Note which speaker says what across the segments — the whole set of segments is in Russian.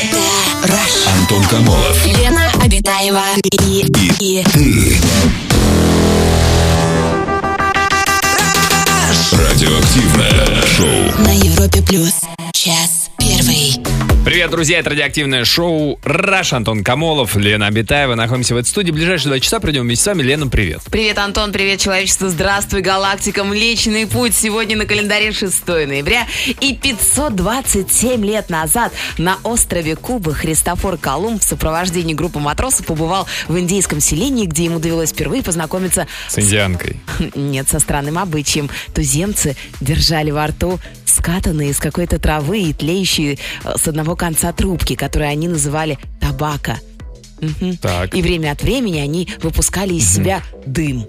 Speaker 1: Это Rush.
Speaker 2: Антон Камолов.
Speaker 1: Лена Обитаева и, и
Speaker 2: Ты. Радиоактивное шоу.
Speaker 1: на Европе плюс час первый.
Speaker 3: Привет, друзья, это радиоактивное шоу «Раш». Антон Камолов, Лена Абитаева. Находимся в этой студии. В ближайшие два часа придем вместе с вами. Лена, привет.
Speaker 4: Привет, Антон, привет, человечество, здравствуй, галактика, Млечный Путь. Сегодня на календаре 6 ноября. И 527 лет назад на острове Кубы Христофор Колумб в сопровождении группы матросов побывал в индейском селении, где ему довелось впервые познакомиться
Speaker 3: С индианкой.
Speaker 4: нет, со странным обычаем. Туземцы держали во рту скатанные из какой-то травы и тлеющие э, с одного конца трубки, которые они называли табака. Мгм.
Speaker 3: Так.
Speaker 4: И время от времени они выпускали из себя дым.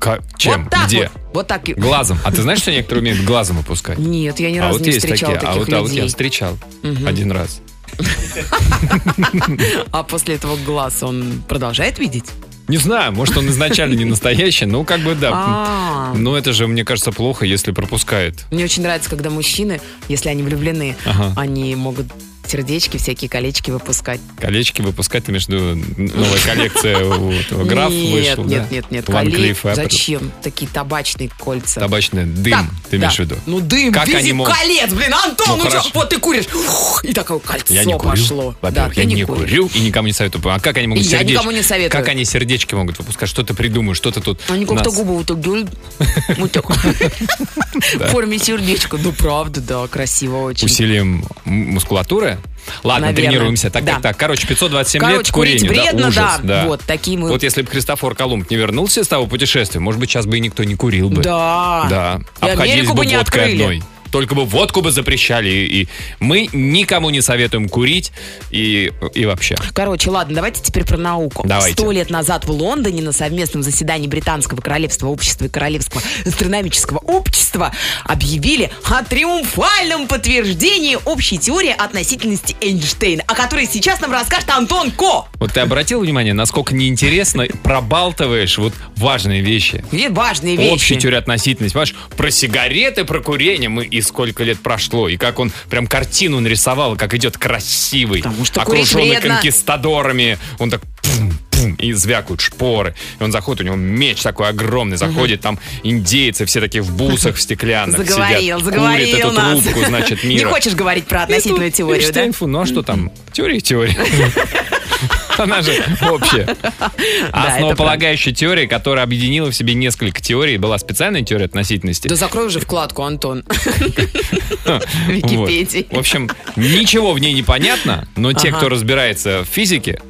Speaker 3: Ка- чем?
Speaker 4: Вот так
Speaker 3: Где?
Speaker 4: вот. Вот так. и-
Speaker 3: Глазом. А ты знаешь, что некоторые умеют глазом выпускать?
Speaker 4: Нет, я ни
Speaker 3: а
Speaker 4: разу
Speaker 3: вот
Speaker 4: не
Speaker 3: есть
Speaker 4: встречала
Speaker 3: такие. а,
Speaker 4: таких
Speaker 3: вот, а вот я
Speaker 4: людей.
Speaker 3: встречал один раз.
Speaker 4: А после этого глаз он продолжает видеть?
Speaker 3: Не знаю, может, он изначально не настоящий, но как бы да.
Speaker 4: А.
Speaker 3: Но это же, мне кажется, плохо, если пропускает.
Speaker 4: Мне очень нравится, когда мужчины, если они влюблены,
Speaker 3: Ага.
Speaker 4: они могут сердечки, всякие колечки выпускать.
Speaker 3: Колечки выпускать ты между новая коллекция у этого граф
Speaker 4: нет,
Speaker 3: вышел, да?
Speaker 4: нет, нет, нет,
Speaker 3: Ван
Speaker 4: коле-
Speaker 3: Клифф Аппер.
Speaker 4: Зачем такие табачные кольца?
Speaker 3: Табачный дым,
Speaker 4: Так,
Speaker 3: ты
Speaker 4: да.
Speaker 3: имеешь в виду?
Speaker 4: Ну дым,
Speaker 3: Как
Speaker 4: как
Speaker 3: они могут-
Speaker 4: колец, блин, Антон,
Speaker 3: Ну,
Speaker 4: ну, чё,
Speaker 3: хорошо.
Speaker 4: вот ты куришь, фух, и такое кольцо
Speaker 3: Я не курю.
Speaker 4: пошло. Да,
Speaker 3: Во-первых,
Speaker 4: ты
Speaker 3: я не курю. и никому не советую. А как они могут
Speaker 4: И я
Speaker 3: сердечки-
Speaker 4: никому не советую.
Speaker 3: Как они сердечки могут выпускать? Что ты придумаешь? Что ты тут?
Speaker 4: Они как-то
Speaker 3: нас-
Speaker 4: губы вот так делают, вот так. в форме сердечка. Ну, правда, да, красиво очень.
Speaker 3: усилием м- мускулатуры. Ладно,
Speaker 4: Наверное.
Speaker 3: тренируемся. Так,
Speaker 4: Да.
Speaker 3: так, так. Короче, 527 лет
Speaker 4: Короче, курить
Speaker 3: курению. да,
Speaker 4: вредно,
Speaker 3: ужас,
Speaker 4: да. Вот такие мы-
Speaker 3: Вот если бы Христофор Колумб не вернулся с того путешествия, может быть, сейчас бы и никто не курил бы.
Speaker 4: Да.
Speaker 3: Да.
Speaker 4: И
Speaker 3: Обходились
Speaker 4: Америку
Speaker 3: бы
Speaker 4: бы не
Speaker 3: водкой
Speaker 4: открыли.
Speaker 3: одной. Только бы водку бы запрещали. И, и мы никому не советуем курить и, и вообще.
Speaker 4: Короче, ладно, давайте теперь про науку.
Speaker 3: Давайте.
Speaker 4: Сто лет назад в Лондоне на совместном заседании Британского королевства общества и Королевского астрономического общества объявили о триумфальном подтверждении общей теории относительности Эйнштейна, о которой сейчас нам расскажет Антон Ко.
Speaker 3: Вот ты обратил внимание, насколько неинтересно пробалтываешь вот важные вещи.
Speaker 4: И важные вещи.
Speaker 3: Общая теория относительности. Понимаешь, про сигареты, про курение мы и сколько лет прошло, и как он прям картину нарисовал, и как идет красивый,
Speaker 4: Потому что курить
Speaker 3: окруженный
Speaker 4: вредно.
Speaker 3: конкистадорами. Он так пфм, пфм, и звякают шпоры. И он заходит, у него меч такой огромный, заходит, там индейцы все такие в бусах в стеклянных
Speaker 4: Заговорил,
Speaker 3: сидят, курят
Speaker 4: заговорил
Speaker 3: эту
Speaker 4: нас.
Speaker 3: трубку, значит,
Speaker 4: Не
Speaker 3: мира.
Speaker 4: хочешь говорить про относительную теорию, да?
Speaker 3: Эйнштейн, фу, ну а что там? Теория и теория. Она же общая. Основополагающая теория, которая объединила в себе несколько теорий, была специальная теория относительности.
Speaker 4: Да закрой уже вкладку, Антон.
Speaker 3: Вот.
Speaker 4: Википедии.
Speaker 3: В общем, ничего в ней не понятно, но те,
Speaker 4: Ага.
Speaker 3: кто разбирается в физике,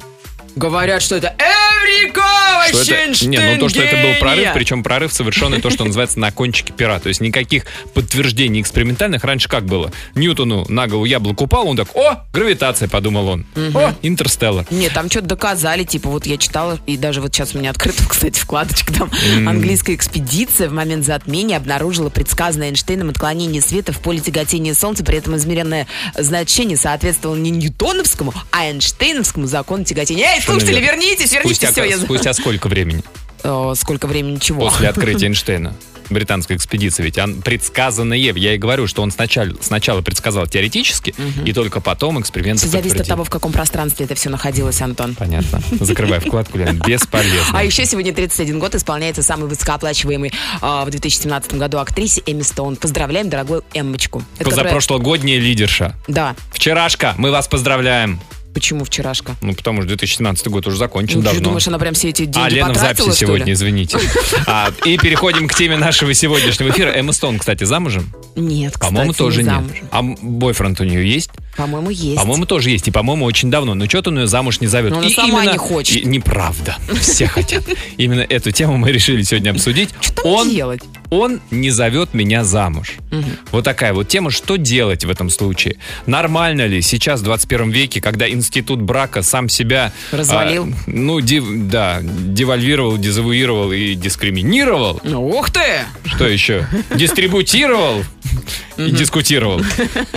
Speaker 4: Говорят, что это Эврика
Speaker 3: что это...
Speaker 4: Эйнштейн
Speaker 3: Не, ну то, что это был прорыв,
Speaker 4: гения.
Speaker 3: причем прорыв совершенный, то, что называется на кончике пера. То есть никаких подтверждений экспериментальных раньше как было? Ньютону на голову яблок упал, он так, о, гравитация, подумал он. О, интерстеллар.
Speaker 4: Нет, там что-то доказали, типа, вот я читала, и даже вот сейчас у меня открыта, кстати, вкладочка, там английская экспедиция в момент затмения обнаружила предсказанное Эйнштейном отклонение света в поле тяготения Солнца, при этом измеренное значение соответствовало не ньютоновскому, а Эйнштейновскому закону тяготения. Эй, слушатели,
Speaker 3: наверное.
Speaker 4: вернитесь, вернитесь,
Speaker 3: Спустя,
Speaker 4: все, я...
Speaker 3: спустя сколько времени?
Speaker 4: Э, Сколько времени чего?
Speaker 3: После открытия Эйнштейна. Британской экспедиции, ведь он предсказанное. Я и говорю, что он сначала, сначала предсказал теоретически, и только потом эксперименты
Speaker 4: Все зависит от
Speaker 3: подтвердили.
Speaker 4: того, в каком пространстве это все находилось, Антон.
Speaker 3: Понятно. Закрывай вкладку, Лен. Бесполезно.
Speaker 4: А еще сегодня 31 год исполняется самый высокооплачиваемый а, в 2017 году актрисе Эми Стоун. Поздравляем, дорогую Эммочку. Это которая-
Speaker 3: Позапрошлогодняя лидерша.
Speaker 4: Да.
Speaker 3: Вчерашка, мы вас поздравляем.
Speaker 4: Почему вчерашка?
Speaker 3: Ну, потому что 2017 год уже закончен
Speaker 4: Ну, ты
Speaker 3: давно.
Speaker 4: же думаешь, она прям все эти деньги
Speaker 3: а Лена в
Speaker 4: потратила,
Speaker 3: записи
Speaker 4: что
Speaker 3: сегодня,
Speaker 4: ли?
Speaker 3: извините. А, и переходим к теме нашего сегодняшнего эфира. Эмма Стоун, кстати, замужем?
Speaker 4: Нет, кстати,
Speaker 3: По-моему, тоже
Speaker 4: не
Speaker 3: нет.
Speaker 4: замужем.
Speaker 3: А м- бойфренд у нее есть?
Speaker 4: По-моему, есть.
Speaker 3: По-моему, тоже есть. И, по-моему, очень давно. Но что-то он ее замуж не зовет.
Speaker 4: Но она
Speaker 3: И
Speaker 4: сама
Speaker 3: именно-
Speaker 4: не хочет.
Speaker 3: и- неправда. Все хотят. Именно эту тему мы решили сегодня обсудить.
Speaker 4: Что там
Speaker 3: он,
Speaker 4: делать?
Speaker 3: он не зовет меня замуж. Вот такая вот тема. Что делать в этом случае? Нормально ли сейчас, в 21 веке, когда институт брака сам себя...
Speaker 4: Развалил.
Speaker 3: а, ну, дев- да, девальвировал, дезавуировал и дискриминировал.
Speaker 4: Ну, ух ты!
Speaker 3: Что еще? Дистрибутировал и дискутировал.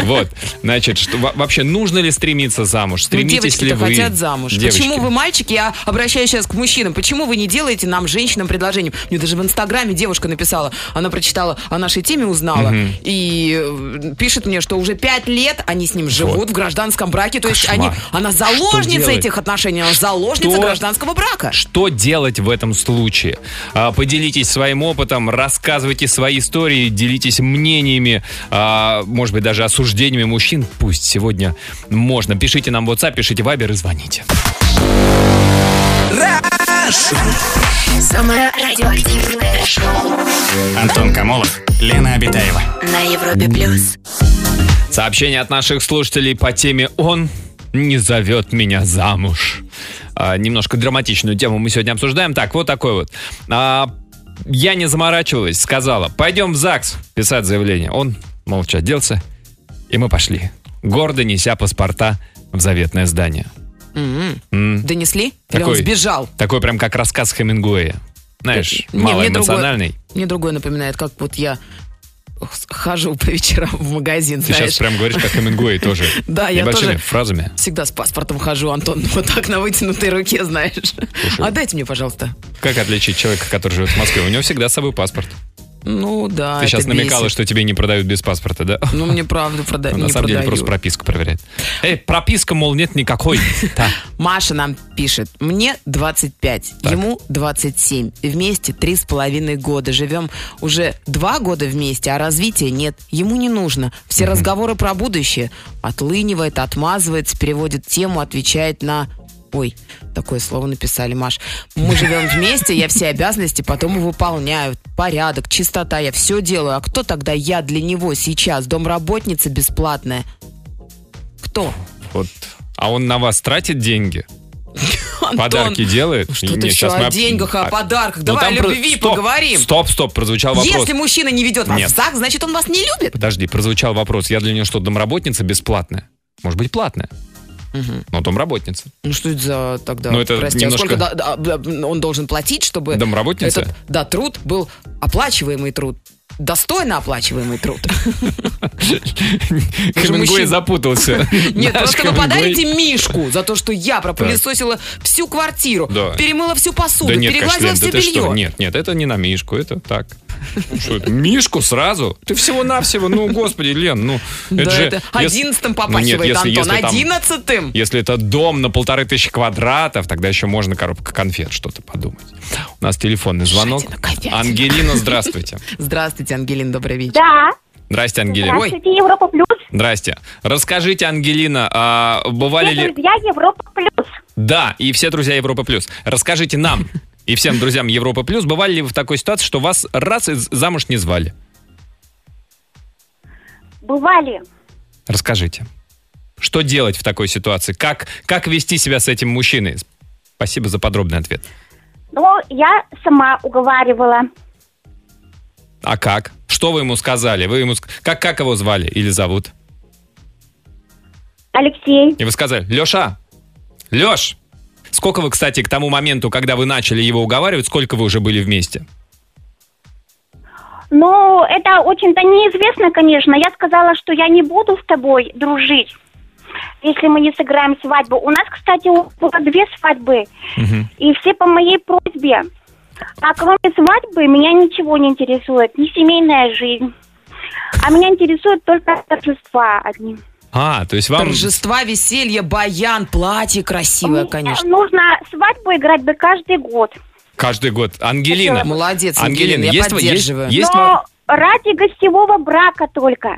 Speaker 3: Вот, значит, что, во- вообще нужно ли стремиться замуж?
Speaker 4: Ну,
Speaker 3: Стремитесь ли
Speaker 4: девочки-то
Speaker 3: вы?
Speaker 4: хотят замуж.
Speaker 3: Девочки.
Speaker 4: Почему вы, мальчики, я обращаюсь сейчас к мужчинам, почему вы не делаете нам, женщинам, предложение? Мне даже в Инстаграме девушка написала, она прочитала о нашей теме, узнала, и э, пишет мне, что уже пять лет они с ним живут в гражданском браке, то есть
Speaker 3: Кошмар.
Speaker 4: они, она
Speaker 3: Что
Speaker 4: заложница
Speaker 3: делать?
Speaker 4: этих отношений, она заложница
Speaker 3: Что?
Speaker 4: гражданского брака.
Speaker 3: Что делать в этом случае? А, Поделитесь своим опытом, рассказывайте свои истории, делитесь мнениями, а, может быть, даже осуждениями мужчин. Пусть сегодня можно. Пишите нам в WhatsApp, пишите в Viber и звоните.
Speaker 1: Самое радиоактивное шоу
Speaker 5: Антон Камолов, Лена Обитаева.
Speaker 1: на Европе плюс.
Speaker 3: Сообщение от наших слушателей по теме «Он не зовет меня замуж». А, немножко драматичную тему мы сегодня обсуждаем. Так, вот такой вот. А, я не заморачивалась, сказала, пойдем в ЗАГС писать заявление. Он молча оделся, и мы пошли, гордо неся паспорта в заветное здание.
Speaker 4: Донесли? Или он
Speaker 3: Такой-
Speaker 4: сбежал?
Speaker 3: Такой прям как рассказ Хемингуэя. Знаешь,
Speaker 4: Э, Не, мне другое-
Speaker 3: малоэмоциональный.
Speaker 4: Мне другое напоминает, как вот я хожу по вечерам в магазин,
Speaker 3: Ты
Speaker 4: знаешь.
Speaker 3: сейчас прям говоришь, как Хемингуэй тоже.
Speaker 4: Да, я
Speaker 3: Небольшими
Speaker 4: тоже-
Speaker 3: фразами.
Speaker 4: Всегда с паспортом хожу, Антон, вот так на вытянутой руке, знаешь. Отдайте мне, пожалуйста.
Speaker 3: Как отличить человека, который живет в Москве? У него всегда с собой паспорт.
Speaker 4: Ну да,
Speaker 3: Ты
Speaker 4: это
Speaker 3: сейчас намекала,
Speaker 4: бесит.
Speaker 3: что тебе не продают без паспорта, да?
Speaker 4: Ну мне правда прода...
Speaker 3: На
Speaker 4: не
Speaker 3: самом деле
Speaker 4: продают.
Speaker 3: просто прописку проверяет. Эй, прописка, мол, нет никакой. Да.
Speaker 4: Маша нам пишет. Мне 25,
Speaker 3: Так.
Speaker 4: ему 27. Вместе три с половиной года. Живем уже два года вместе, а развития нет. Ему не нужно. Все разговоры про будущее. Отлынивает, отмазывается, переводит тему, отвечает на... Ой, такое слово написали, Маш. Мы живем вместе, я все обязанности потом выполняю. Порядок, чистота, я все делаю. А кто тогда я для него сейчас? Домработница бесплатная. Кто?
Speaker 3: Вот. А он на вас тратит деньги?
Speaker 4: Антон.
Speaker 3: Подарки делает?
Speaker 4: Ну, Что ты
Speaker 3: Не,
Speaker 4: все
Speaker 3: щас мы
Speaker 4: о
Speaker 3: об-
Speaker 4: деньгах, о
Speaker 3: а-
Speaker 4: подарках?
Speaker 3: Ну,
Speaker 4: Давай
Speaker 3: там
Speaker 4: о
Speaker 3: про-
Speaker 4: любви
Speaker 3: Стоп,
Speaker 4: поговорим.
Speaker 3: Стоп, стоп, прозвучал вопрос.
Speaker 4: Если мужчина не ведет вас
Speaker 3: Нет.
Speaker 4: в ЗАГС, значит он вас не любит.
Speaker 3: Подожди, прозвучал вопрос. Я для нее что, домработница бесплатная? Может быть, платная? Но домработница.
Speaker 4: Ну что это за тогда?
Speaker 3: Ну, это
Speaker 4: Прости, а
Speaker 3: немножко-
Speaker 4: сколько да- да, да, он должен платить, чтобы
Speaker 3: Домработница?
Speaker 4: этот да, труд был оплачиваемый труд. Достойно оплачиваемый труд.
Speaker 3: Хемингуэй
Speaker 4: мужчина.
Speaker 3: запутался.
Speaker 4: Нет,
Speaker 3: Наш
Speaker 4: просто вы
Speaker 3: Хемингуэй-
Speaker 4: подарите Мишку за то, что я пропылесосила всю квартиру,
Speaker 3: Да.
Speaker 4: перемыла всю посуду,
Speaker 3: Да нет,
Speaker 4: перегладила
Speaker 3: Кашлен, да
Speaker 4: все
Speaker 3: ты что?
Speaker 4: белье.
Speaker 3: Нет, нет, это не на Мишку, это так. Ну, что это, Мишку сразу? Ты всего-навсего, ну, господи, Лен, ну, это
Speaker 4: да,
Speaker 3: же...
Speaker 4: это
Speaker 3: если-
Speaker 4: одиннадцатым
Speaker 3: Ну, нет,
Speaker 4: попахивает,
Speaker 3: если-
Speaker 4: Антон,
Speaker 3: если там-
Speaker 4: одиннадцатым.
Speaker 3: Если это дом на полторы тысячи квадратов, тогда еще можно коробка конфет что-то подумать. У нас телефонный звонок.
Speaker 4: Жадина, говядина.
Speaker 3: Ангелина, здравствуйте.
Speaker 4: Здравствуйте, Ангелин, добрый вечер.
Speaker 6: Да,
Speaker 3: Здрасте, Ангелина. Ой,
Speaker 6: здравствуйте, Европа Плюс.
Speaker 3: здрасте. Расскажите, Ангелина, а бывали
Speaker 6: Все
Speaker 3: ли...
Speaker 6: друзья Европа Плюс.
Speaker 3: Да, и все друзья Европа Плюс. Расскажите нам и всем друзьям Европа Плюс, бывали ли вы в такой ситуации, что вас раз и замуж не звали?
Speaker 6: Бывали.
Speaker 3: Расскажите. Что делать в такой ситуации? Как, как вести себя с этим мужчиной? Спасибо за подробный ответ.
Speaker 6: Но я сама уговаривала.
Speaker 3: А как? Что вы ему сказали? Вы ему ск- как, как его звали или зовут?
Speaker 6: Алексей,
Speaker 3: И вы сказали, Леша, Леш, сколько вы, кстати, к тому моменту, когда вы начали его уговаривать, сколько вы уже были вместе?
Speaker 6: ну, это очень-то неизвестно, конечно. Я сказала, что я не буду с тобой дружить, если мы не сыграем свадьбу. У нас, кстати, было две свадьбы, и все по моей просьбе. А кроме свадьбы меня ничего не интересует, ни семейная жизнь. А меня интересуют только торжества одни.
Speaker 3: А, то есть вам...
Speaker 4: Торжества, веселье, баян, платье красивое,
Speaker 6: Мне
Speaker 4: конечно.
Speaker 6: Нужно свадьбу играть бы каждый год.
Speaker 3: Каждый год. Ангелина.
Speaker 4: Молодец,
Speaker 3: Ангелина,
Speaker 4: Ангелина, я
Speaker 3: есть,
Speaker 4: поддерживаю.
Speaker 3: есть- есть
Speaker 6: Но
Speaker 3: ва-
Speaker 6: ради гостевого брака только.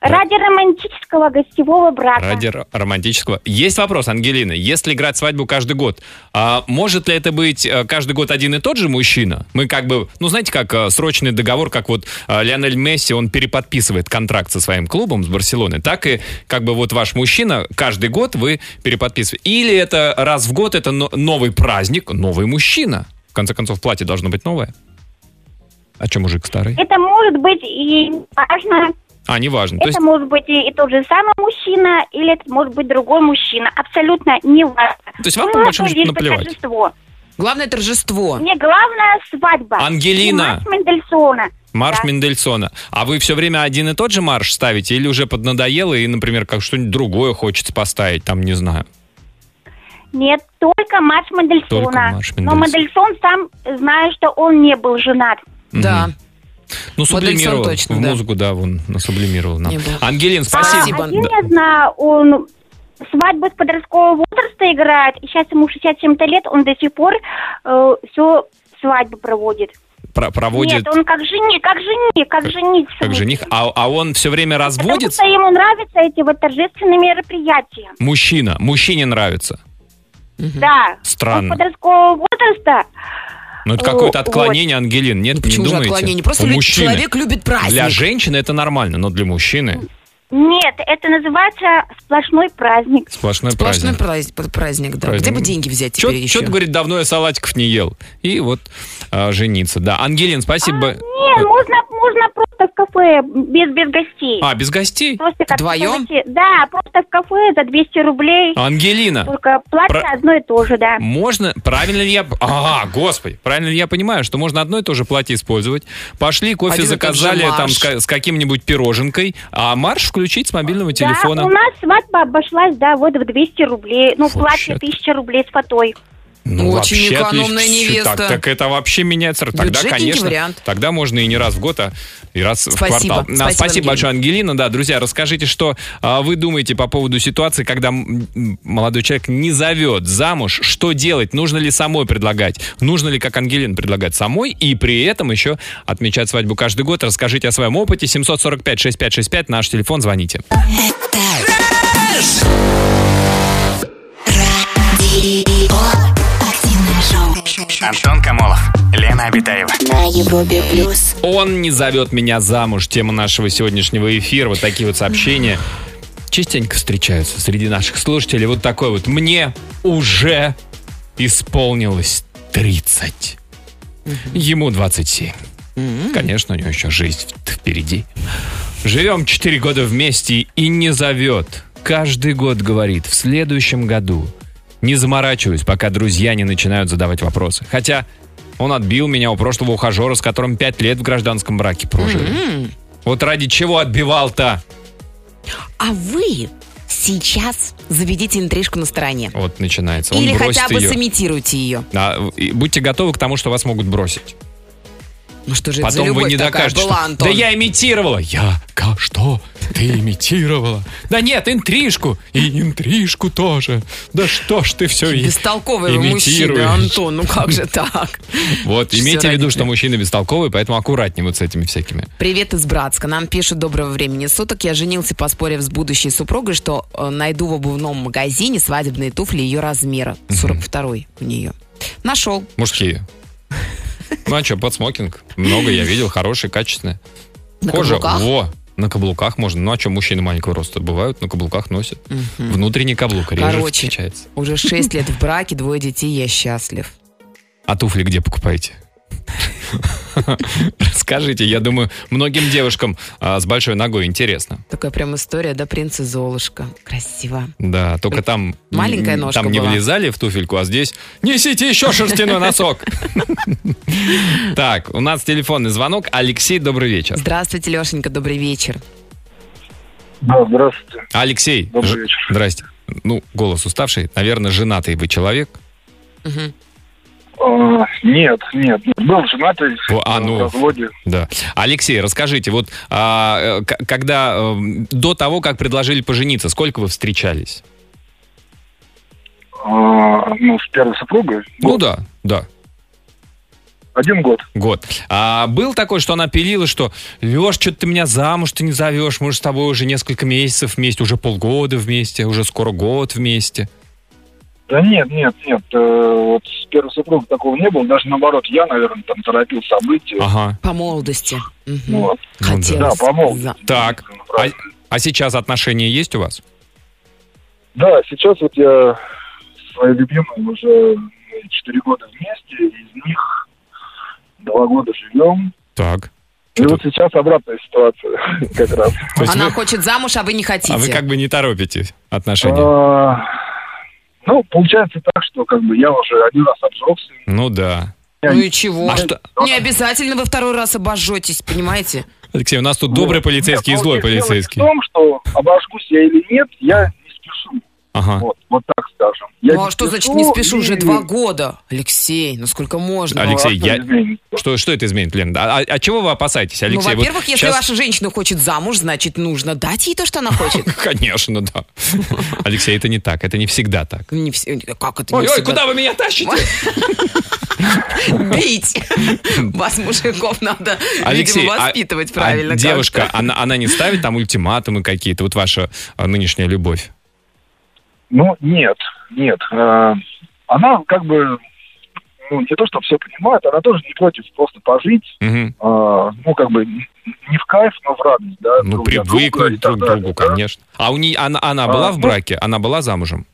Speaker 6: Ради романтического гостевого брака.
Speaker 3: ради ро- романтического. Есть вопрос, Ангелина. Если играть свадьбу каждый год, а может ли это быть э, каждый год один и тот же мужчина? Мы как бы, ну знаете, как э, срочный договор, как вот э, Лионель Месси, он переподписывает контракт со своим клубом, с Барселоны, так и как бы вот ваш мужчина каждый год вы переподписываете. Или это раз в год, это но- новый праздник, новый мужчина. В конце концов, платье должно быть новое. А чем мужик старый?
Speaker 6: Это может быть и важно.
Speaker 3: А, неважно.
Speaker 6: Это
Speaker 3: То есть
Speaker 6: может быть и, и тот же самый мужчина, или это может быть другой мужчина. Абсолютно не важно. Ну, а
Speaker 3: То есть вам, по
Speaker 6: Главное,
Speaker 3: большому счету,
Speaker 6: лишь бы
Speaker 3: наплевать? А.
Speaker 6: торжество.
Speaker 4: Главное торжество.
Speaker 6: Мне главное свадьба.
Speaker 3: Ангелина!
Speaker 6: И мать Мендельсона.
Speaker 3: Марш
Speaker 6: Да.
Speaker 3: Мендельсона. А вы все время один и тот же марш ставите или уже поднадоело и, например, как что-нибудь другое хочется поставить, там, не знаю.
Speaker 6: Нет, только марш Мендельсона.
Speaker 3: Только марш
Speaker 6: Но Мендельсон сам, знаю, что он не был женат.
Speaker 4: Да.
Speaker 3: Ну,
Speaker 4: Мендельсон
Speaker 3: сублимировал.
Speaker 4: точно,
Speaker 3: в
Speaker 4: да.
Speaker 3: музыку, да, вон, сублимировал нам.
Speaker 4: Не было.
Speaker 3: Ангелин, спасибо.
Speaker 4: Спасибо.
Speaker 6: А один
Speaker 3: Да.
Speaker 6: я знаю, он свадьбы с подросткового возраста играет, и сейчас ему 67-то лет, он до сих пор все свадьбы проводит.
Speaker 3: Про- проводит
Speaker 6: Нет, он как жених, как жених, как жених.
Speaker 3: как жених. А, а он все время
Speaker 6: Потому
Speaker 3: разводится?
Speaker 6: что ему нравятся эти вот торжественные мероприятия.
Speaker 3: Мужчина. Мужчине нравится.
Speaker 6: Да.
Speaker 3: Странно.
Speaker 6: Он подросткового возраста.
Speaker 3: Ну, это какое-то
Speaker 6: Вот.
Speaker 3: отклонение, Ангелин. Нет,
Speaker 4: Ну, Почему
Speaker 3: не
Speaker 4: же
Speaker 3: думаете?
Speaker 4: отклонение? Просто
Speaker 3: У
Speaker 4: люд-
Speaker 3: мужчины.
Speaker 4: человек любит праздник.
Speaker 3: Для женщины это нормально, но для мужчины
Speaker 6: Нет, это называется сплошной праздник.
Speaker 3: сплошной,
Speaker 4: Сплошной
Speaker 3: праздник.
Speaker 4: праздник, праздник да.
Speaker 3: Праздник.
Speaker 4: Где бы деньги взять
Speaker 3: Чё-
Speaker 4: теперь еще?
Speaker 3: чё ты, говорит, давно я салатиков не ел. И вот а, жениться. Да, Ангелин, спасибо.
Speaker 4: А,
Speaker 6: Не, можно, можно просто в кафе, без, без гостей.
Speaker 3: А, без гостей?
Speaker 6: Просто как
Speaker 4: Вдвоем?
Speaker 6: скажете, Да, просто в кафе за 200 рублей.
Speaker 3: Ангелина,
Speaker 6: Только платье
Speaker 3: Про-
Speaker 6: одно и то же, да.
Speaker 3: можно, правильно ли я... А, господи, правильно ли я понимаю, что можно одно и то же платье использовать? Пошли, кофе
Speaker 4: Один и тот же
Speaker 3: заказали там
Speaker 4: марш.
Speaker 3: с, ка- с каким-нибудь пироженкой, а марш включить с мобильного телефона.
Speaker 6: Да, у нас свадьба обошлась, да, вот в 200 рублей. Ну,
Speaker 3: Вообще-то.
Speaker 6: платье 1000 рублей с фатой.
Speaker 3: Ну,
Speaker 4: Очень
Speaker 3: вообще
Speaker 4: экономная
Speaker 3: отлично.
Speaker 4: невеста.
Speaker 3: Так, так это вообще меняется. Тогда,
Speaker 4: Бюджетненький
Speaker 3: конечно,
Speaker 4: вариант.
Speaker 3: тогда можно и не раз в год, а и раз
Speaker 4: Спасибо.
Speaker 3: в квартал. Да,
Speaker 4: Спасибо, Ангелина.
Speaker 3: большое, Ангелина. Да, друзья, расскажите, что а, вы думаете по поводу ситуации, когда м, м, молодой человек не зовет замуж. Что делать? Нужно ли самой предлагать? Нужно ли, как Ангелина, предлагать самой? И при этом еще отмечать свадьбу каждый год. Расскажите о своем опыте. 745-6565, наш телефон, звоните.
Speaker 1: Радио. Активное шоу.
Speaker 5: Антон Камолов, Лена Обитаева.
Speaker 1: На Европе плюс.
Speaker 3: Он не зовет меня замуж. Тема нашего сегодняшнего эфира. Вот такие вот сообщения частенько встречаются среди наших слушателей. Вот такой вот. Мне уже исполнилось 30. Ему 27. Конечно, у него еще жизнь в- впереди. Живем 4 года вместе и не зовет. Каждый год говорит, в следующем году. Не заморачиваюсь, пока друзья не начинают задавать вопросы. Хотя он отбил меня у прошлого ухажера, с которым 5 лет в гражданском браке прожили.
Speaker 4: М-м.
Speaker 3: Вот ради чего отбивал-то?
Speaker 4: А вы сейчас заведите интрижку на стороне.
Speaker 3: Вот начинается. Он
Speaker 4: Или
Speaker 3: бросит
Speaker 4: хотя бы
Speaker 3: ее.
Speaker 4: сымитируйте ее.
Speaker 3: А, и будьте готовы к тому, что вас могут бросить.
Speaker 4: Ну что же это за
Speaker 3: Потом
Speaker 4: любовь
Speaker 3: вы не
Speaker 4: такая
Speaker 3: докажете.
Speaker 4: была,
Speaker 3: что-
Speaker 4: Антон?
Speaker 3: Да я имитировала. Я ка- что? Ты имитировала? Да нет, интрижку. И интрижку тоже. Да что ж ты все
Speaker 4: Бестолковый вы мужчина, Антон, ну как же так?
Speaker 3: Вот,
Speaker 4: Всё
Speaker 3: имейте в виду,
Speaker 4: родители.
Speaker 3: что мужчины бестолковые, поэтому аккуратнее вот с этими всякими.
Speaker 4: Привет из Братска. Нам пишут доброго времени суток. Я женился, поспорив с будущей супругой, что э, найду в обувном магазине свадебные туфли ее размера. 42-й у нее. Нашел.
Speaker 3: Мужские. Ну а что, под смокинг? Много я видел, хорошие, качественные.
Speaker 4: На
Speaker 3: Кожа,
Speaker 4: каблуках.
Speaker 3: во, на каблуках можно. Ну а что, мужчины маленького роста бывают, на каблуках носят. Внутренний каблук реже
Speaker 4: Короче.
Speaker 3: встречается.
Speaker 4: Уже 6 лет в браке, двое детей, я счастлив.
Speaker 3: А туфли где покупаете? Расскажите, я думаю, многим девушкам а, с большой ногой интересно.
Speaker 4: Такая прям история, да, принца Золушка. Красиво.
Speaker 3: Да, только там...
Speaker 4: Маленькая
Speaker 3: м,
Speaker 4: ножка
Speaker 3: Там не
Speaker 4: была.
Speaker 3: влезали в туфельку, а здесь несите еще шерстяной носок. Так, у нас телефонный звонок. Алексей, добрый вечер.
Speaker 4: Здравствуйте, Лешенька, добрый вечер.
Speaker 7: Да, здравствуйте.
Speaker 3: Алексей,
Speaker 7: Добрый
Speaker 3: ж-
Speaker 7: вечер.
Speaker 3: здрасте. Ну, голос уставший. Наверное, женатый вы человек.
Speaker 4: Мгм.
Speaker 7: А, нет, нет, был женатый,
Speaker 3: О, а, ну.
Speaker 7: в разводе.
Speaker 3: Да. Алексей, расскажите, вот а, э, к- когда эм, до того, как предложили пожениться, сколько вы встречались?
Speaker 7: А, ну, с первой супругой.
Speaker 3: Ну
Speaker 7: Год.
Speaker 3: да, да.
Speaker 7: Один год.
Speaker 3: Год. А был такой, что она пилила, что Леш, что ты меня замуж ты не зовешь, мы же с тобой уже несколько месяцев вместе, уже полгода вместе, уже скоро год вместе.
Speaker 7: Да нет, нет, нет. э, вот с первой супругой такого не было. Даже наоборот, я, наверное, там торопил события. Ну,
Speaker 3: Ага.
Speaker 4: По молодости. Мгм.
Speaker 7: Вот.
Speaker 3: да.
Speaker 4: Хотелось.
Speaker 7: Да, по молодости.
Speaker 4: За-
Speaker 3: Так. А, а сейчас отношения есть у вас?
Speaker 7: Да, сейчас вот я со своей любимой уже мы четыре года вместе, из них два года живем.
Speaker 3: Так.
Speaker 7: И вот сейчас обратная ситуация как раз.
Speaker 3: То есть
Speaker 4: Она
Speaker 3: вы-
Speaker 4: хочет замуж, а вы не хотите.
Speaker 3: а вы как бы не торопите отношения?
Speaker 7: А, Ну, получается так, что как бы я уже один раз обжегся,
Speaker 3: Ну да.
Speaker 4: Ну и чего?
Speaker 3: А что-
Speaker 4: Не обязательно вы второй раз обожжетесь, понимаете?
Speaker 3: Алексей, у нас тут добрый полицейский и
Speaker 7: Нет, ну,
Speaker 3: злой
Speaker 7: вот дело
Speaker 3: полицейский.
Speaker 7: В том, что обожгусь я или нет, я не спешу.
Speaker 3: Ага.
Speaker 7: Вот, вот так скажем. Я
Speaker 4: ну а что значит не спешу? Уже
Speaker 7: и-
Speaker 4: два года. Алексей, ну сколько можно?
Speaker 3: Алексей,
Speaker 7: Ну, а что
Speaker 3: я-
Speaker 7: изменится?
Speaker 3: Что, что это изменит, Лен? А, а- а чего вы опасаетесь, Алексей?
Speaker 4: ну,
Speaker 3: Вот
Speaker 4: во-первых, если
Speaker 3: щас-
Speaker 4: ваша женщина хочет замуж, значит, нужно дать ей то, что она хочет.
Speaker 3: Конечно, да. Алексей, это не так, это не всегда так.
Speaker 4: Не все- Как это? не
Speaker 3: Ой, ой,
Speaker 4: всегда
Speaker 3: куда вы меня тащите?
Speaker 4: бить. Вас, мужиков, надо,
Speaker 3: Алексей,
Speaker 4: видимо,
Speaker 3: а-
Speaker 4: воспитывать
Speaker 3: а
Speaker 4: правильно. как-то.
Speaker 3: девушка, она, она не ставит там ультиматумы какие-то, вот ваша а, нынешняя любовь.
Speaker 7: Ну, нет, нет. Э, Она как бы, ну, не то, что все понимает, она тоже не против просто пожить,
Speaker 3: Мгм.
Speaker 7: э, ну, как бы, н- не в кайф, но в радость, да.
Speaker 3: Ну,
Speaker 7: друг для друга и
Speaker 3: привыкнуть
Speaker 7: так
Speaker 3: друг к другу,
Speaker 7: далее, да.
Speaker 3: конечно. А у нее, она, она
Speaker 7: А,
Speaker 3: была в
Speaker 7: ну-
Speaker 3: браке? Она была замужем?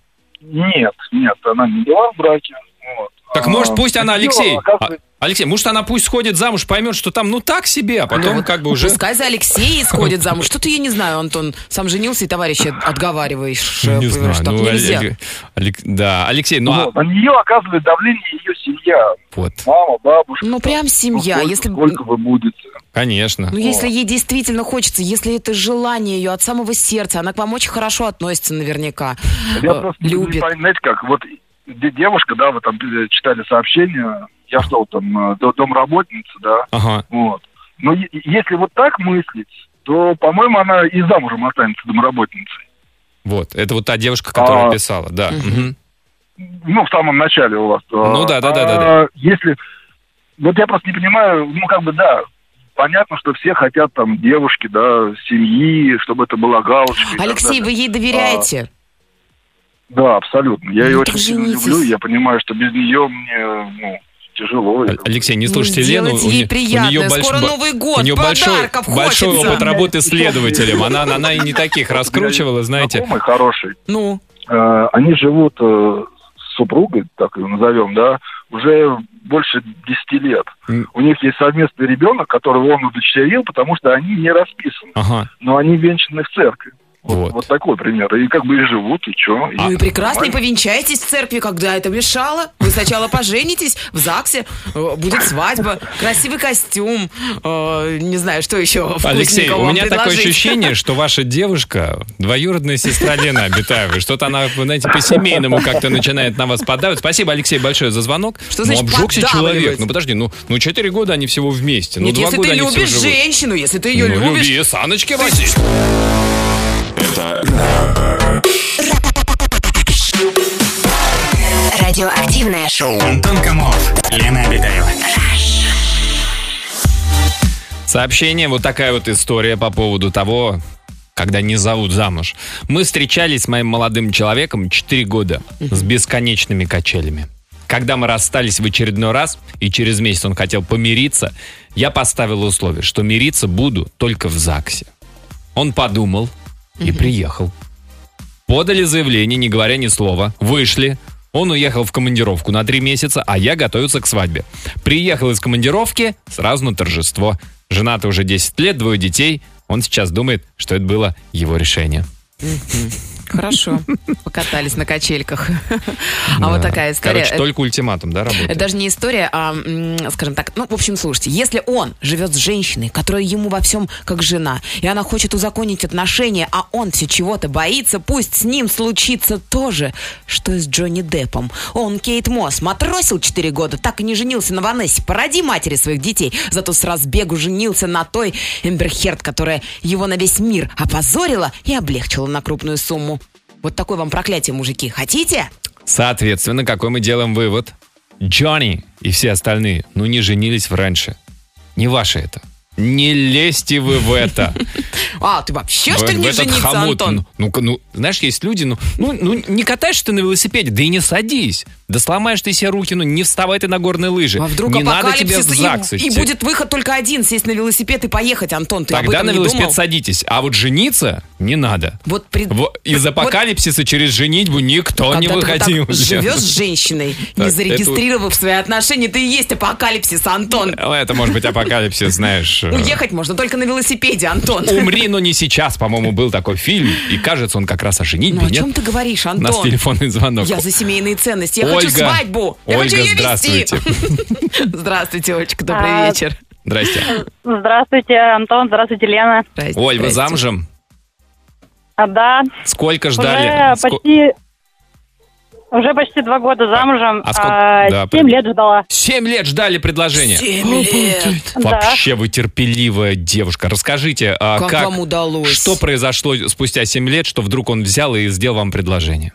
Speaker 7: Нет, нет, она не была в браке. вот.
Speaker 3: Так
Speaker 7: А,
Speaker 3: может пусть она,
Speaker 7: ну,
Speaker 3: Алексей,
Speaker 7: оказывается,
Speaker 3: а, Алексей, может она пусть сходит замуж, поймет, что там ну так себе, а потом как бы уже...
Speaker 4: Пускай за Алексея исходит замуж. Что-то я не знаю, Антон. Сам женился, и товарища отговариваешь. э,
Speaker 3: Не
Speaker 4: понимаешь,
Speaker 3: знаю,
Speaker 4: так
Speaker 3: ну,
Speaker 4: нельзя.
Speaker 3: Алек- Алек- да, Алексей, ну а
Speaker 7: вот, На нее оказывает давление ее семья.
Speaker 3: вот,
Speaker 7: Мама, бабушка.
Speaker 4: Ну, прям
Speaker 7: Ну,
Speaker 4: семья.
Speaker 7: сколько-
Speaker 4: Если...
Speaker 7: Сколько вы будете?
Speaker 3: конечно.
Speaker 4: Ну, если ей действительно хочется, если это желание ее от самого сердца, она к вам очень хорошо относится наверняка,
Speaker 7: Я
Speaker 4: э,
Speaker 7: просто не- не
Speaker 4: любит.
Speaker 7: пойму, знаете, как вот де- девушка, да, вы там э, читали сообщение, я что там, э, до- домработница, да,
Speaker 3: Ага.
Speaker 7: вот. Но е- если вот так мыслить, то, по-моему, она и замужем останется домработницей.
Speaker 3: Вот, это вот та девушка, которая
Speaker 7: А.
Speaker 3: писала, да.
Speaker 4: Мгм.
Speaker 3: мгм.
Speaker 7: Ну, в самом начале у вас.
Speaker 3: Ну да, да, да, да,
Speaker 7: А Если... Вот я просто не понимаю, ну, как бы, да, понятно, что все хотят там девушки, да, семьи, чтобы это была галочка. и так
Speaker 4: Алексей,
Speaker 7: далее.
Speaker 4: вы ей доверяете?
Speaker 7: Да, абсолютно. Я
Speaker 4: Ну,
Speaker 7: ее
Speaker 4: так
Speaker 7: очень сильно
Speaker 4: женитесь.
Speaker 7: люблю. Я понимаю, что без нее мне ну, тяжело.
Speaker 3: А- Алексей, не
Speaker 4: Ну,
Speaker 3: слушайте Лену.
Speaker 4: сделайте ей приятное.
Speaker 3: больш-
Speaker 4: Скоро
Speaker 3: бо-
Speaker 4: Новый год,
Speaker 3: у нее большой,
Speaker 4: подарков
Speaker 3: большой
Speaker 4: хочется.
Speaker 3: опыт работы следователем. Она, она, она и не таких раскручивала, знаете.
Speaker 7: Знакомый хороший.
Speaker 4: Ну,
Speaker 7: Э, Они живут э, с супругой, так ее назовем, да, уже больше 10 лет.
Speaker 3: М.
Speaker 7: У них есть совместный ребенок, которого он удочерил, потому что они не расписаны.
Speaker 4: А
Speaker 3: Ага.
Speaker 7: Но они венчаны в церкви.
Speaker 3: Вот. А,
Speaker 7: Вот, вот такой пример. И как бы и живут, и что.
Speaker 4: ну и прекрасно, и повенчайтесь в церкви, когда это мешало. Вы сначала поженитесь в ЗАГСе, э, будет свадьба, красивый костюм, э, не знаю, что еще вкусненького
Speaker 3: Алексей, у
Speaker 4: вам
Speaker 3: меня такое
Speaker 4: предложить.
Speaker 3: ощущение, что ваша девушка двоюродная сестра Лена Обитаева. Что-то она, вы знаете, по-семейному как-то начинает на вас поддавать. Спасибо, Алексей, большое за звонок.
Speaker 4: Что значит
Speaker 3: ну, обжегся
Speaker 4: поддавливать?
Speaker 3: человек. Ну, подожди, ну, ну 4 года они всего вместе. Ну,
Speaker 4: Нет,
Speaker 3: два
Speaker 4: если
Speaker 3: года
Speaker 4: ты
Speaker 3: они все
Speaker 4: любишь
Speaker 3: живут.
Speaker 4: женщину, если ты ее
Speaker 3: Ну,
Speaker 4: любишь,
Speaker 3: люби, саночки возить.
Speaker 1: Радиоактивное шоу.
Speaker 5: Антон Камолов, Лена Обитаева.
Speaker 3: Сообщение, вот такая вот история по поводу того, когда не зовут замуж. Мы встречались с моим молодым человеком 4 года с бесконечными качелями. Когда мы расстались в очередной раз, и через месяц он хотел помириться, я поставил условие, что мириться буду только в ЗАГСе. Он подумал и приехал. Подали заявление, не говоря ни слова. Вышли. Он уехал в командировку на три месяца, а я готовился к свадьбе. Приехал из командировки, сразу на торжество. Женаты уже 10 лет, двое детей. Он сейчас думает, что это было его решение.
Speaker 4: Хорошо. Покатались на качельках. А вот
Speaker 3: Да.
Speaker 4: такая история.
Speaker 3: Короче, только ультиматум, да,
Speaker 4: Это
Speaker 3: работает?
Speaker 4: даже не история, а, м, скажем так, ну, в общем, слушайте, если он живет с женщиной, которая ему во всем как жена, и она хочет узаконить отношения, а он все чего-то боится, пусть с ним случится то же, что и с Джонни Деппом. Он Кейт Мосс матросил 4 года, так и не женился на Ванессе, породи матери своих детей, зато с разбегу женился на той Эмберхерт, которая его на весь мир опозорила и облегчила на крупную сумму. Вот такое вам проклятие, мужики. Хотите?
Speaker 3: Соответственно, какой мы делаем вывод? Джонни и все остальные, ну, не женились в раньше. Не ваше это. Не лезьте вы в это.
Speaker 4: А, ты вообще,
Speaker 3: В-
Speaker 4: что ли,
Speaker 3: в
Speaker 4: не
Speaker 3: этот
Speaker 4: жениться,
Speaker 3: хомут.
Speaker 4: Антон?
Speaker 3: Ну, ну, ну, знаешь, есть люди, ну, ну, ну, не катаешься ты на велосипеде, да и не садись. Да сломаешь ты себе руки, ну не вставай ты на горные лыжи.
Speaker 4: А вдруг
Speaker 3: не надо тебе в
Speaker 4: апокалипсис, и-
Speaker 3: ЗАГС
Speaker 4: и,
Speaker 3: идти.
Speaker 4: будет выход только один, сесть на велосипед и поехать, Антон, ты об
Speaker 3: Тогда
Speaker 4: этом
Speaker 3: на
Speaker 4: не
Speaker 3: велосипед
Speaker 4: думал?
Speaker 3: садитесь, а вот жениться не надо.
Speaker 4: Вот при-
Speaker 3: Во- Из
Speaker 4: вот
Speaker 3: апокалипсиса через женитьбу никто
Speaker 4: когда
Speaker 3: не
Speaker 4: ты вот
Speaker 3: выходил.
Speaker 4: так живешь с женщиной, не
Speaker 3: это
Speaker 4: зарегистрировав свои отношения, ты и есть апокалипсис, Антон.
Speaker 3: Ну, Это может быть апокалипсис, знаешь, э,
Speaker 4: Уехать можно только на велосипеде, Антон.
Speaker 3: «Умри, но не сейчас», по-моему, был такой фильм. И кажется, он как раз о женитьбе,
Speaker 4: Ну о
Speaker 3: нет?
Speaker 4: чем ты говоришь,
Speaker 3: У нас
Speaker 4: Антон?
Speaker 3: телефонный звонок.
Speaker 4: Я за семейные ценности. Я хочу
Speaker 3: Ольга.
Speaker 4: свадьбу. Я
Speaker 3: Ольга,
Speaker 4: хочу ее
Speaker 3: здравствуйте.
Speaker 4: вести. Здравствуйте, Олечка. Добрый
Speaker 8: А,
Speaker 4: вечер.
Speaker 3: Здрасте.
Speaker 8: Здравствуйте, Антон, здравствуйте, Лена.
Speaker 4: Здрасте,
Speaker 3: Оль, вы
Speaker 4: здрасте.
Speaker 3: замужем?
Speaker 8: А, да,
Speaker 3: Сколько ждали?
Speaker 8: уже
Speaker 3: Ско-
Speaker 8: почти... Уже почти два года замужем,
Speaker 3: А сколько-
Speaker 8: а,
Speaker 3: да,
Speaker 8: семь
Speaker 3: пон-
Speaker 8: лет ждала.
Speaker 3: Семь лет ждали предложения.
Speaker 4: Семь лет.
Speaker 8: Да.
Speaker 3: Вообще вы терпеливая девушка. Расскажите, а,
Speaker 4: Как вам удалось?
Speaker 3: что произошло спустя семь лет, что вдруг он взял и сделал вам предложение?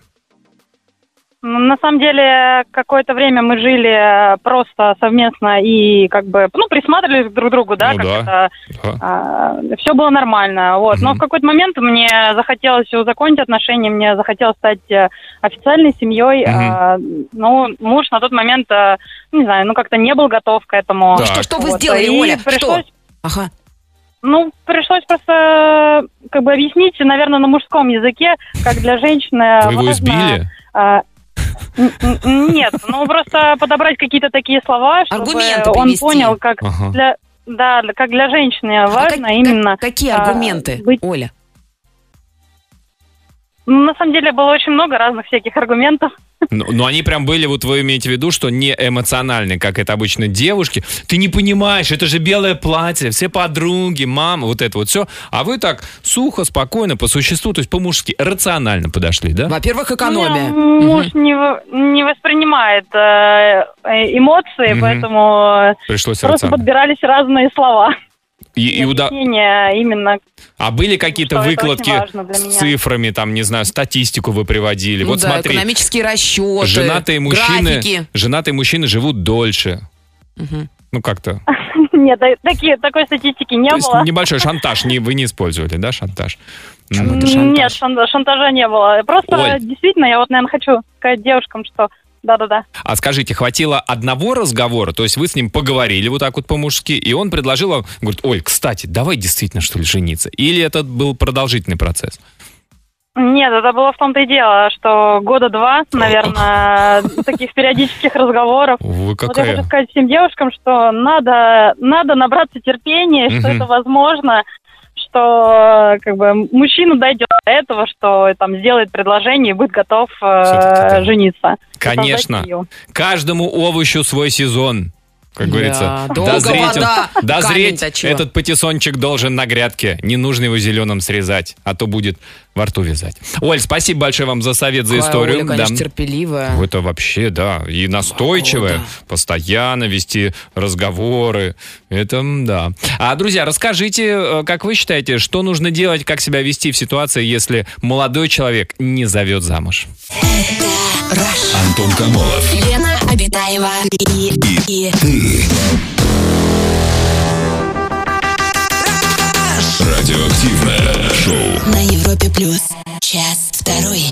Speaker 8: Ну, На самом деле, какое-то время мы жили э, просто совместно и как бы, ну, присматривались друг к другу, да,
Speaker 3: Ну
Speaker 8: как
Speaker 3: да.
Speaker 8: это,
Speaker 3: Да.
Speaker 8: все было нормально, вот. ну, Но
Speaker 3: Мгм.
Speaker 8: в какой-то момент мне захотелось всё закончить отношения, мне захотелось стать э, официальной семьей.
Speaker 3: Мгм.
Speaker 8: а, ну, муж на тот момент, э, ну, не знаю, ну как-то не был готов к этому.
Speaker 3: Да.
Speaker 4: Что, что вы
Speaker 8: Вот,
Speaker 4: сделали,
Speaker 8: и
Speaker 4: Оля? Что?
Speaker 8: пришлось-
Speaker 4: Ага.
Speaker 8: Ну, пришлось просто э, как бы объяснить, наверное, на мужском языке, как для женщины.
Speaker 3: Вы его
Speaker 8: важно,
Speaker 3: избили?
Speaker 8: а, н- н- Нет, ну просто подобрать какие-то такие слова, чтобы
Speaker 4: Аргументы
Speaker 8: он
Speaker 4: привести.
Speaker 8: понял, как
Speaker 3: Ага.
Speaker 8: для да, как для женщины
Speaker 4: А
Speaker 8: важно
Speaker 4: как-
Speaker 8: именно.
Speaker 4: как- Какие
Speaker 8: а,
Speaker 4: аргументы,
Speaker 8: быть-
Speaker 4: Оля?
Speaker 8: Ну, на самом деле было очень много разных всяких аргументов.
Speaker 3: Но, Ну, но они прям были, вот вы имеете в виду, что не эмоциональные, как это обычно девушки. Ты не понимаешь, это же белое платье, все подруги, мама, вот это вот все. А вы так сухо, спокойно, по существу, то есть по-мужски, рационально подошли, да?
Speaker 4: Во-первых,
Speaker 8: У
Speaker 4: экономия.
Speaker 8: меня
Speaker 4: Мгм.
Speaker 8: Ну, муж не, во- не воспринимает э, э, эмоции,
Speaker 3: Мгм.
Speaker 8: поэтому
Speaker 3: Пришлось
Speaker 8: просто
Speaker 3: рационально.
Speaker 8: подбирались разные слова.
Speaker 3: И, и уда-
Speaker 8: Объяснения именно
Speaker 3: А были какие-то
Speaker 8: Что это очень
Speaker 3: выкладки
Speaker 8: важно для
Speaker 3: с
Speaker 8: меня.
Speaker 3: цифрами, там, не знаю, статистику вы приводили?
Speaker 4: Ну
Speaker 3: вот
Speaker 4: да,
Speaker 3: смотри,
Speaker 4: экономические расчеты,
Speaker 3: женатые мужчины,
Speaker 4: графики.
Speaker 3: женатые мужчины живут дольше.
Speaker 4: Мгм.
Speaker 3: Ну как-то.
Speaker 8: Нет, да- такие, такой статистики не
Speaker 3: То есть
Speaker 8: было.
Speaker 3: небольшой шантаж, не, вы не использовали, да, шантаж? ну,
Speaker 4: Почему это
Speaker 8: Нет,
Speaker 4: шантаж?
Speaker 8: шан- шантажа не было. Просто
Speaker 3: Оль.
Speaker 8: действительно, я вот, наверное, хочу сказать девушкам, что да-да-да.
Speaker 3: А скажите, хватило одного разговора? То есть вы с ним поговорили вот так вот по-мужски, и он предложил вам, говорит, Оль, кстати, давай действительно, что ли, жениться? Или это был продолжительный процесс?
Speaker 8: Нет, это было в том-то и дело, что года два, наверное, таких периодических разговоров.
Speaker 3: Вы
Speaker 8: Вот я хочу
Speaker 3: какая?
Speaker 8: сказать всем девушкам, что надо, надо набраться терпения, что
Speaker 3: Мгм.
Speaker 8: это возможно, что как бы мужчина дойдет до этого, что там сделает предложение и будет готов э,
Speaker 3: Всё-таки да.
Speaker 8: жениться. и создать
Speaker 3: Конечно.
Speaker 8: семью.
Speaker 3: Каждому овощу свой сезон. Как
Speaker 4: Да,
Speaker 3: говорится,
Speaker 4: долго вода,
Speaker 3: дозреть
Speaker 4: камень-то чего.
Speaker 3: этот патиссончик должен на грядке. Не нужно его зеленым срезать, а то будет во рту вязать. Оль, спасибо большое вам за совет, за
Speaker 4: Какая
Speaker 3: историю.
Speaker 4: Оля,
Speaker 3: Да.
Speaker 4: конечно, терпеливая.
Speaker 3: Это вообще, да, и
Speaker 4: О,
Speaker 3: настойчивая,
Speaker 4: да.
Speaker 3: постоянно вести разговоры. Это м, да. А, друзья, расскажите, э, как вы считаете, что нужно делать, как себя вести в ситуации, если молодой человек не зовет замуж?
Speaker 2: Антон Камолов.
Speaker 1: Лена Обитаева и, и, и
Speaker 2: Радиоактивное шоу.
Speaker 1: на Европе плюс. Час второй.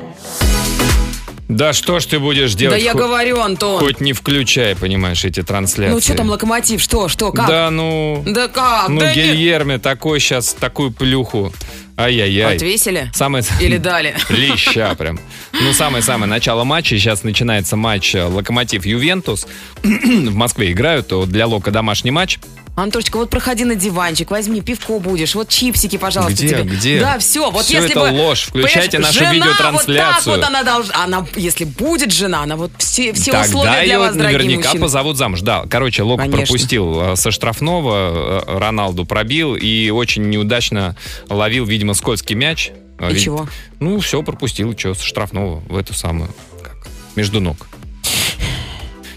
Speaker 3: Да что ж ты будешь
Speaker 4: Да
Speaker 3: делать?
Speaker 4: я
Speaker 3: хоть,
Speaker 4: говорю, Антон.
Speaker 3: хоть не включая, понимаешь, эти трансляции.
Speaker 4: Ну что там, локомотив, что, что, как?
Speaker 3: Да ну...
Speaker 4: Да как?
Speaker 3: ну,
Speaker 4: да не-
Speaker 3: Гильерме такой сейчас, такую плюху. Ай-яй-яй.
Speaker 4: Отвесили?
Speaker 3: Самое...
Speaker 4: Или дали?
Speaker 3: Леща прям. Ну, самое-самое начало матча. Сейчас начинается матч э, «Локомотив-Ювентус». В Москве играют. Вот Для Лока домашний матч.
Speaker 4: Антошечка, вот проходи на диванчик, возьми пивко будешь, вот чипсики, пожалуйста,
Speaker 3: Где?
Speaker 4: тебе.
Speaker 3: Где?
Speaker 4: Да, все, вот
Speaker 3: Всё
Speaker 4: если
Speaker 3: это
Speaker 4: бы...
Speaker 3: ложь. Включайте
Speaker 4: Понимаешь,
Speaker 3: нашу
Speaker 4: жена
Speaker 3: видеотрансляцию.
Speaker 4: вот так вот она должна... Она, если будет жена, она вот все, все
Speaker 3: Тогда
Speaker 4: условия для
Speaker 3: её
Speaker 4: вас, дорогие
Speaker 3: наверняка
Speaker 4: мужчины.
Speaker 3: позовут замуж. Да, короче, Лок
Speaker 4: Конечно.
Speaker 3: пропустил э, со штрафного, э, Роналду пробил и очень неудачно ловил, видимо, скользкий мяч. Э,
Speaker 4: И
Speaker 3: ведь-
Speaker 4: чего?
Speaker 3: Ну, все, пропустил, что, со штрафного в эту самую, как, между ног.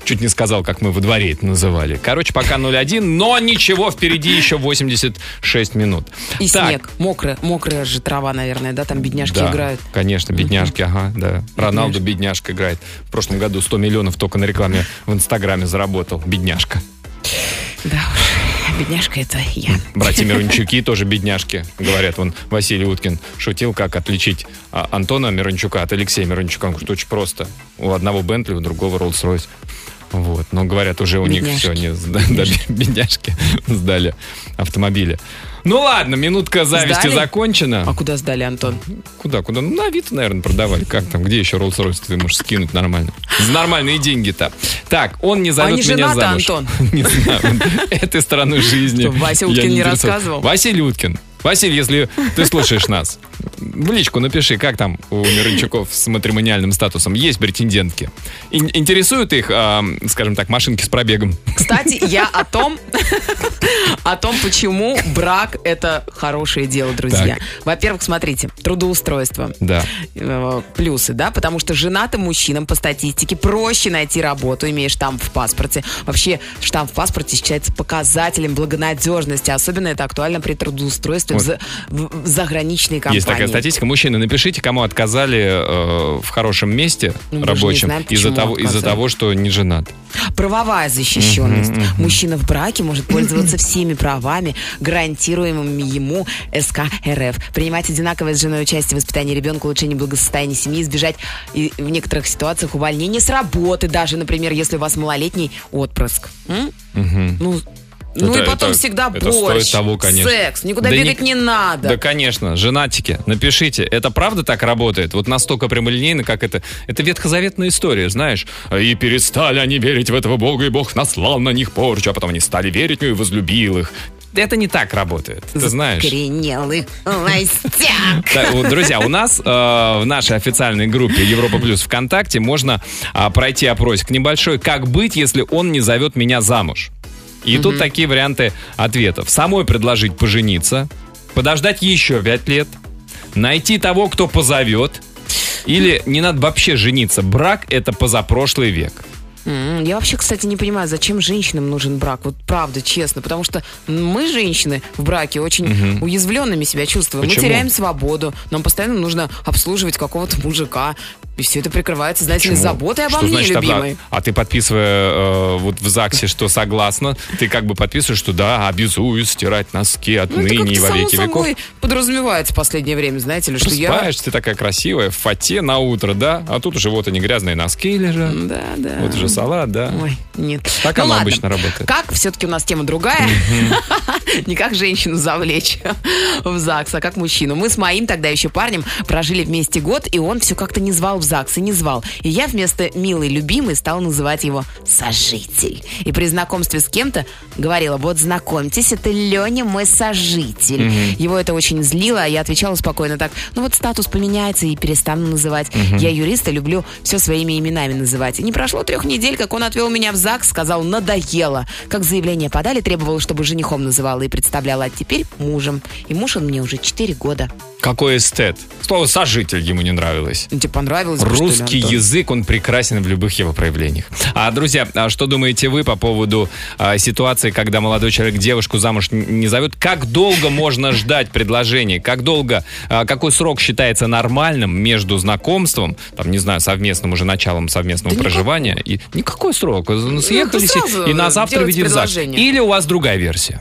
Speaker 3: Чуть не сказал, как мы во дворе это называли. Короче, пока 0-1, но ничего, впереди еще 86 минут.
Speaker 4: И
Speaker 3: Так.
Speaker 4: снег. Мокрая, мокрая же трава, наверное, да, там бедняжки
Speaker 3: Да,
Speaker 4: играют.
Speaker 3: конечно, бедняжки, ага, да. Роналду бедняжка играет. В прошлом году 100 миллионов только на рекламе в Инстаграме заработал. Бедняжка.
Speaker 4: Да уж, бедняжка это я.
Speaker 3: Братья Мирончуки тоже бедняжки, говорят. Вон Василий Уткин шутил, как отличить а, Антона Мирончука от Алексея Мирончука. Он говорит, очень просто. У одного Бентли, у другого Роллс-Ройс. Вот. Но говорят, уже у них
Speaker 4: Бедняжки.
Speaker 3: все, не сда- да, бедняжки сдали автомобили. Ну ладно, минутка зависти
Speaker 4: Сдали?
Speaker 3: закончена.
Speaker 4: А куда сдали, Антон?
Speaker 3: Куда, куда? Ну, на Авито, наверное, продавали. Как там, где еще Rolls-Royce ты можешь скинуть нормально? За нормальные деньги-то. Так, он не зовет
Speaker 4: не
Speaker 3: меня
Speaker 4: женаты,
Speaker 3: замуж.
Speaker 4: Антон?
Speaker 3: Не знаю. Этой стороны жизни.
Speaker 4: Что, Вася
Speaker 3: я
Speaker 4: Уткин не
Speaker 3: интересуюсь.
Speaker 4: рассказывал?
Speaker 3: Василий Уткин. Василий, если ты слушаешь нас, в личку напиши, как там у Мирончуков с матримониальным статусом. Есть претендентки. Ин- интересуют их, а, скажем так, машинки с пробегом?
Speaker 4: Кстати, я о том, о том, почему брак это хорошее дело, друзья. Во-первых, смотрите, трудоустройство.
Speaker 3: Да.
Speaker 4: э, плюсы, да, потому что женатым мужчинам по статистике проще найти работу, имея штамп в паспорте. Вообще, штамп в паспорте считается показателем благонадежности. Особенно это актуально при трудоустройстве в,
Speaker 3: Вот.
Speaker 4: за- в- в заграничные компании.
Speaker 3: Есть такая статистика. Мужчины, напишите, кому отказали э, в хорошем месте
Speaker 4: Ну, мы же не
Speaker 3: рабочем
Speaker 4: знаем,
Speaker 3: из-за
Speaker 4: почему
Speaker 3: того, из-за
Speaker 4: отказали.
Speaker 3: того, что не женат.
Speaker 4: Правовая защищенность. Мужчина в браке может пользоваться всеми правами, гарантируемыми ему СК РФ. Принимать одинаковое с женой участие в воспитании ребенка, улучшении благосостояния семьи, избежать и в некоторых ситуациях увольнения с работы, даже, например, если у вас малолетний отпрыск. М? Ну, ну
Speaker 3: Это-
Speaker 4: и потом
Speaker 3: это-
Speaker 4: всегда
Speaker 3: это
Speaker 4: борщ,
Speaker 3: стоит того, конечно.
Speaker 4: секс, никуда
Speaker 3: Да
Speaker 4: бегать
Speaker 3: ни-
Speaker 4: не надо.
Speaker 3: Да. конечно, женатики, напишите, это правда так работает? Вот настолько прямолинейно, как это? Это ветхозаветная история, знаешь? И перестали они верить в этого бога, и бог наслал на них порчу, а потом они стали верить в него и возлюбил их. Это не так работает, ты знаешь.
Speaker 4: Закоренелый ластяк.
Speaker 3: Да, вот, друзья, у нас э, в нашей официальной группе Европа Плюс ВКонтакте можно а, пройти опросик небольшой «Как быть, если он не зовет меня замуж?» И тут такие варианты ответов. Самой предложить пожениться, подождать еще пять лет, найти того, кто позовет, или не надо вообще жениться. Брак – это позапрошлый век.
Speaker 4: М, Я вообще, кстати, не понимаю, зачем женщинам нужен брак. Вот правда, честно. Потому что мы, женщины, в браке очень уязвленными себя чувствуем.
Speaker 3: Почему?
Speaker 4: Мы теряем свободу. Нам постоянно нужно обслуживать какого-то мужика. И все это прикрывается, знаете ли,
Speaker 3: Почему?
Speaker 4: заботой обо
Speaker 3: Что
Speaker 4: мне,
Speaker 3: значит,
Speaker 4: любимый.
Speaker 3: А, а ты подписывая э, вот в ЗАГСе, что согласна, ты как бы подписываешь, что да, обязуюсь стирать носки
Speaker 4: Ну, это
Speaker 3: отныне и
Speaker 4: как-то
Speaker 3: во
Speaker 4: само
Speaker 3: веки веков.
Speaker 4: собой подразумевается в последнее время, знаете ли, что я...
Speaker 3: Просыпаешься, ты такая красивая, в фате на утро, да? А тут уже вот они грязные носки лежат,
Speaker 4: Да, да.
Speaker 3: вот уже салат, да?
Speaker 4: Ой, нет.
Speaker 3: Так
Speaker 4: ну,
Speaker 3: оно
Speaker 4: ладно.
Speaker 3: обычно работает.
Speaker 4: Как? Все-таки у нас тема другая. Не как женщину завлечь в ЗАГС, а как мужчину. Мы с моим тогда еще парнем прожили вместе год, и он все как-то не звал в ЗАГС и не звал. И я вместо милый любимый стала называть его сожитель. И при знакомстве с кем-то говорила, вот знакомьтесь, это Леня, мой сожитель. Его это очень злило, а я отвечала спокойно так, ну вот статус поменяется и перестану называть. Я юриста люблю все своими именами называть. И не прошло трех недель, как он отвел меня в ЗАГС, сказал, надоело. Как заявление подали, требовал, чтобы женихом называла и представляла, а теперь мужем. И муж он мне уже четыре года.
Speaker 3: Какой эстет. Слово «сожитель» ему не нравилось.
Speaker 4: Ну, тебе понравилось? бы, что ли,
Speaker 3: Русский
Speaker 4: Антон?
Speaker 3: язык, он прекрасен в любых его проявлениях. А, друзья, а что думаете вы по поводу а, ситуации, когда молодой человек девушку замуж н- не зовет? Как долго можно ждать предложений? Как долго, а, какой срок считается нормальным между знакомством, там, не знаю, совместным уже началом совместного
Speaker 4: Да
Speaker 3: проживания? И никакой срок. Ну, Съехались и-
Speaker 4: сразу
Speaker 3: и на завтра
Speaker 4: делать
Speaker 3: видим ЗАГС.
Speaker 4: предложение.
Speaker 3: Или у вас другая версия?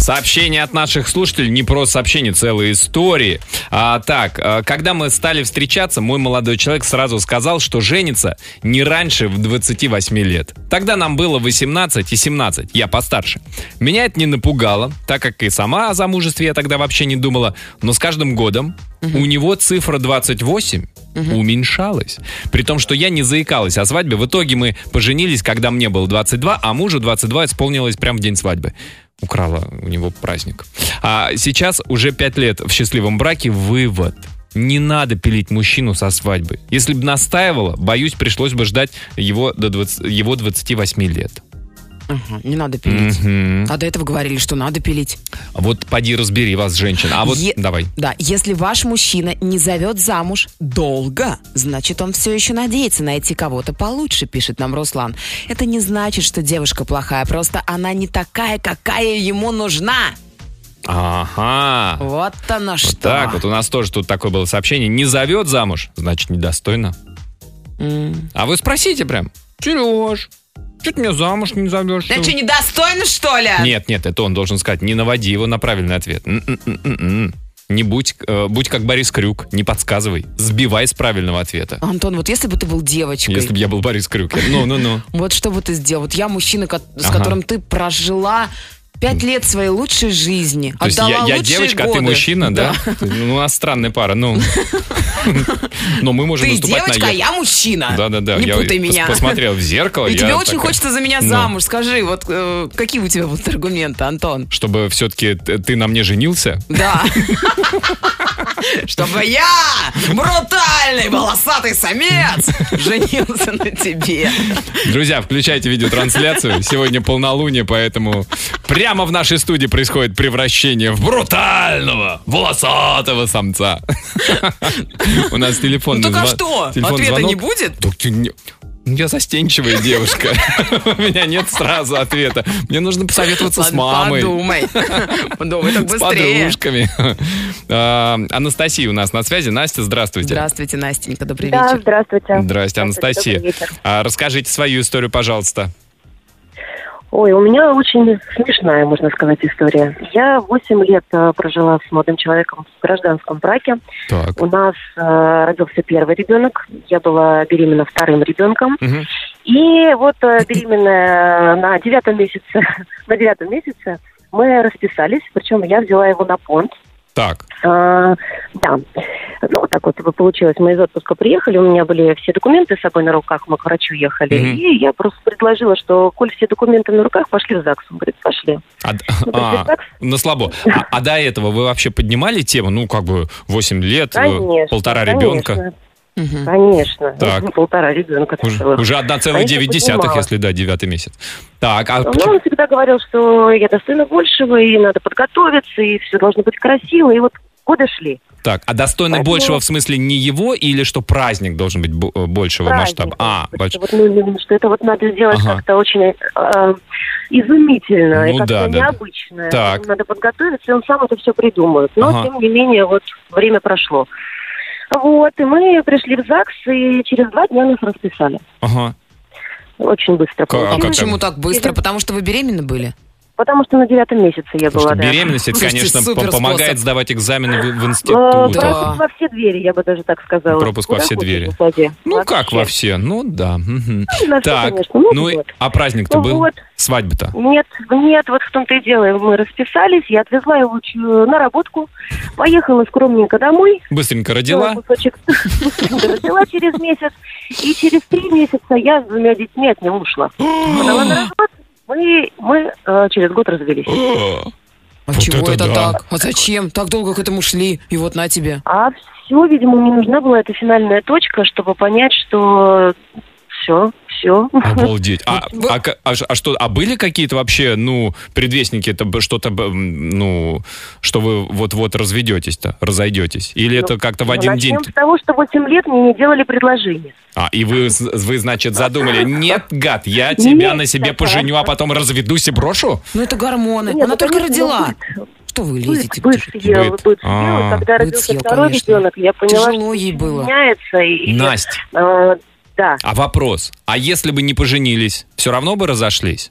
Speaker 3: Сообщение от наших слушателей, не просто сообщение, целые истории. А, так, а, когда мы стали встречаться, мой молодой человек сразу сказал, что женится не раньше в 28 лет. Тогда нам было 18 и 17, я постарше. Меня это не напугало, так как и сама о замужестве я тогда вообще не думала. Но с каждым годом у него цифра 28 уменьшалась. При том, что я не заикалась о свадьбе. В итоге мы поженились, когда мне было 22, а мужу 22 исполнилось прямо в день свадьбы украла у него праздник. А сейчас уже пять лет в счастливом браке. Вывод. Не надо пилить мужчину со свадьбы. Если бы настаивала, боюсь, пришлось бы ждать его до 20 его 28 лет.
Speaker 4: Мгм, Не надо пилить.
Speaker 3: Мгм.
Speaker 4: А до этого говорили, что надо пилить.
Speaker 3: Вот поди разбери вас, женщина. А вот
Speaker 4: Е-
Speaker 3: давай.
Speaker 4: Да, если ваш мужчина не зовет замуж долго, значит, он все еще надеется найти кого-то получше, пишет нам Руслан. Это не значит, что девушка плохая, просто она не такая, какая ему нужна.
Speaker 3: Ага. Вот
Speaker 4: Вот оно что.
Speaker 3: так вот у нас тоже тут такое было сообщение. Не зовет замуж, значит, недостойно.
Speaker 4: М.
Speaker 3: А вы спросите прям. Сереж, что ты меня замуж не зовешь?
Speaker 4: Ты что, недостойна, что ли?
Speaker 3: Нет, нет, это он должен сказать. Не наводи его на правильный ответ. М-м-м-м. Не будь, э, будь как Борис Крюк, не подсказывай, сбивай с правильного ответа.
Speaker 4: Антон, вот если бы ты был девочкой,
Speaker 3: Если бы я был Борис Крюк, я- ну, ну, ну.
Speaker 4: вот что бы ты сделал? Вот я мужчина, ко- с
Speaker 3: Ага.
Speaker 4: которым ты прожила пять лет своей лучшей жизни,
Speaker 3: То есть
Speaker 4: отдала
Speaker 3: я, я
Speaker 4: лучшие
Speaker 3: девочка, а ты
Speaker 4: годы.
Speaker 3: мужчина, да? Ну, у нас странная пара, ну. Но мы можем
Speaker 4: Ты
Speaker 3: наступать
Speaker 4: девочка,
Speaker 3: на
Speaker 4: а
Speaker 3: «е».
Speaker 4: я мужчина.
Speaker 3: Да, да, да.
Speaker 4: Не
Speaker 3: я
Speaker 4: путай
Speaker 3: пос-
Speaker 4: меня.
Speaker 3: Посмотрел в зеркало.
Speaker 4: И
Speaker 3: я
Speaker 4: тебе очень
Speaker 3: такая,
Speaker 4: хочется за меня
Speaker 3: ну.
Speaker 4: замуж. Скажи, вот э, какие у тебя будут аргументы, Антон?
Speaker 3: Чтобы все-таки ты на мне женился.
Speaker 4: Да. Чтобы я, брутальный волосатый самец, женился на тебе.
Speaker 3: Друзья, включайте видеотрансляцию. Сегодня полнолуние, поэтому прямо в нашей студии происходит превращение в брутального, волосатого самца. У нас телефон.
Speaker 4: Ну так а что? Ответа не будет?
Speaker 3: Я застенчивая девушка. У меня нет сразу ответа. Мне нужно посоветоваться с
Speaker 4: Ладно,
Speaker 3: мамой.
Speaker 4: Подумай. Подумай так
Speaker 3: С
Speaker 4: быстрее.
Speaker 3: подружками. А, Анастасия у нас на связи. Настя, здравствуйте.
Speaker 4: Здравствуйте, Настенька, добрый
Speaker 6: Да,
Speaker 4: вечер.
Speaker 6: здравствуйте.
Speaker 3: Здрасте, Анастасия.
Speaker 6: добрый вечер.
Speaker 3: А, Расскажите свою историю, пожалуйста.
Speaker 9: Ой, у меня очень смешная, можно сказать, история. Я 8 лет э, прожила с молодым человеком в гражданском браке.
Speaker 3: Так.
Speaker 9: У нас э, родился первый ребенок. Я была беременна вторым ребенком.
Speaker 3: Мгм.
Speaker 9: И вот э, беременная на девятом месяце, на девятом месяце мы расписались, причем я взяла его на понт.
Speaker 3: Так.
Speaker 9: А, да. Ну, вот так вот получилось. Мы из отпуска приехали, у меня были все документы с собой на руках, мы к врачу ехали.
Speaker 3: Мгм.
Speaker 9: И я просто предложила, что, коль все документы на руках, пошли в ЗАГС. Он говорит, пошли.
Speaker 3: А-
Speaker 9: Мы пошли
Speaker 3: а,
Speaker 9: в ЗАГС.
Speaker 3: на слабо. А, а до этого вы вообще поднимали тему? Ну, как бы 8 лет, э,
Speaker 9: Конечно.
Speaker 3: полтора
Speaker 9: конечно,
Speaker 3: ребенка.
Speaker 4: Мгм.
Speaker 9: Конечно. Ну,
Speaker 3: Так.
Speaker 9: Полтора ребенка.
Speaker 3: Уже,
Speaker 9: целых.
Speaker 3: уже 1,9,
Speaker 9: Конечно, понимала.
Speaker 3: если да, девятый месяц. Так, а
Speaker 9: Ну, он всегда говорил, что я достойна большего, и надо подготовиться, и все должно быть красиво. И вот годы шли.
Speaker 3: Так, а достойно
Speaker 9: Поэтому-
Speaker 3: большего в смысле не его или что праздник должен быть бо- э, большего
Speaker 9: Праздник.
Speaker 3: масштаба? А,
Speaker 9: Потому
Speaker 3: больш-
Speaker 9: что вот мы думаем, что это вот надо сделать
Speaker 3: Ага.
Speaker 9: как-то очень э, изумительно, и
Speaker 3: Ну
Speaker 9: как-то
Speaker 3: да, да, да.
Speaker 9: необычно.
Speaker 3: Так.
Speaker 9: Надо подготовиться, и он сам это все придумает. Но,
Speaker 3: Ага.
Speaker 9: тем не менее, вот время прошло. Вот, и мы пришли в ЗАГС, и через два дня нас расписали.
Speaker 3: Ага.
Speaker 9: Очень быстро.
Speaker 3: А Как-
Speaker 9: получилось.
Speaker 3: как
Speaker 4: Почему так быстро?
Speaker 9: Или-
Speaker 4: Потому что вы беременны были?
Speaker 9: Потому что на девятом месяце я
Speaker 3: Потому что
Speaker 9: была. да.
Speaker 3: беременность, это,
Speaker 4: Слушайте,
Speaker 3: конечно,
Speaker 4: супер
Speaker 3: пом- помогает
Speaker 4: способ.
Speaker 3: сдавать экзамены в, Ну, в
Speaker 9: Э,
Speaker 3: институт.
Speaker 4: Да.
Speaker 9: Пропуск во все двери, я бы даже так сказала.
Speaker 3: Пропуск во
Speaker 9: Куда
Speaker 3: все
Speaker 9: хочешь,
Speaker 3: двери.
Speaker 9: Господи.
Speaker 3: Ну, как во
Speaker 9: Вообще.
Speaker 3: все? Ну, да. мгм.
Speaker 9: Ну, на всё,
Speaker 3: Так,
Speaker 9: конечно. Ну,
Speaker 3: ну, и-
Speaker 9: вот.
Speaker 3: а праздник-то
Speaker 9: Ну,
Speaker 3: был?
Speaker 9: вот.
Speaker 3: Свадьба-то?
Speaker 9: Нет, нет, вот в том-то и дело. Мы расписались, я отвезла его ч- на работку, поехала скромненько домой.
Speaker 3: Быстренько
Speaker 9: взяла
Speaker 3: родила?
Speaker 9: Кусочек родила через месяц, и через три месяца я с двумя детьми от него ушла.
Speaker 4: А
Speaker 9: Подала на развод, мы, мы э, через год развелись.
Speaker 4: А
Speaker 3: Вот
Speaker 4: чего
Speaker 3: это
Speaker 4: это,
Speaker 3: да.
Speaker 4: так? А зачем? Так долго к этому шли, и вот на тебе.
Speaker 9: А все, видимо, мне нужна была эта финальная точка, чтобы понять, что все, все.
Speaker 3: Обалдеть. А,
Speaker 4: Вот вы-
Speaker 3: а к- а ш- а что, а были какие-то вообще, ну, предвестники, это б- что-то, б- м, ну, что вы вот-вот разведетесь-то, разойдетесь? Или
Speaker 9: Ну,
Speaker 3: это как-то в один день?
Speaker 9: Начнем с того, что 8 лет мне не делали предложение.
Speaker 3: А, и вы, з- вы, значит, задумали, нет, гад, я тебя
Speaker 9: Нет,
Speaker 3: на себе
Speaker 9: так,
Speaker 3: поженю, а потом разведусь и брошу?
Speaker 4: Ну это гормоны.
Speaker 9: Нет,
Speaker 4: Она
Speaker 9: ну,
Speaker 4: только
Speaker 9: конечно,
Speaker 4: родила.
Speaker 9: быт.
Speaker 4: Что вы лезете?
Speaker 9: Быт, быт съел,
Speaker 3: Быт.
Speaker 9: быт,
Speaker 3: А.
Speaker 9: съел. Когда
Speaker 10: Ну,
Speaker 4: Быт
Speaker 9: родился
Speaker 4: съел,
Speaker 9: второй
Speaker 4: конечно.
Speaker 9: ребенок, я поняла,
Speaker 4: Тяжело
Speaker 9: что
Speaker 4: ей
Speaker 9: всё
Speaker 4: было.
Speaker 9: меняется. И,
Speaker 3: Настя,
Speaker 9: э, да,
Speaker 3: а вопрос, а если бы не поженились, все равно бы разошлись?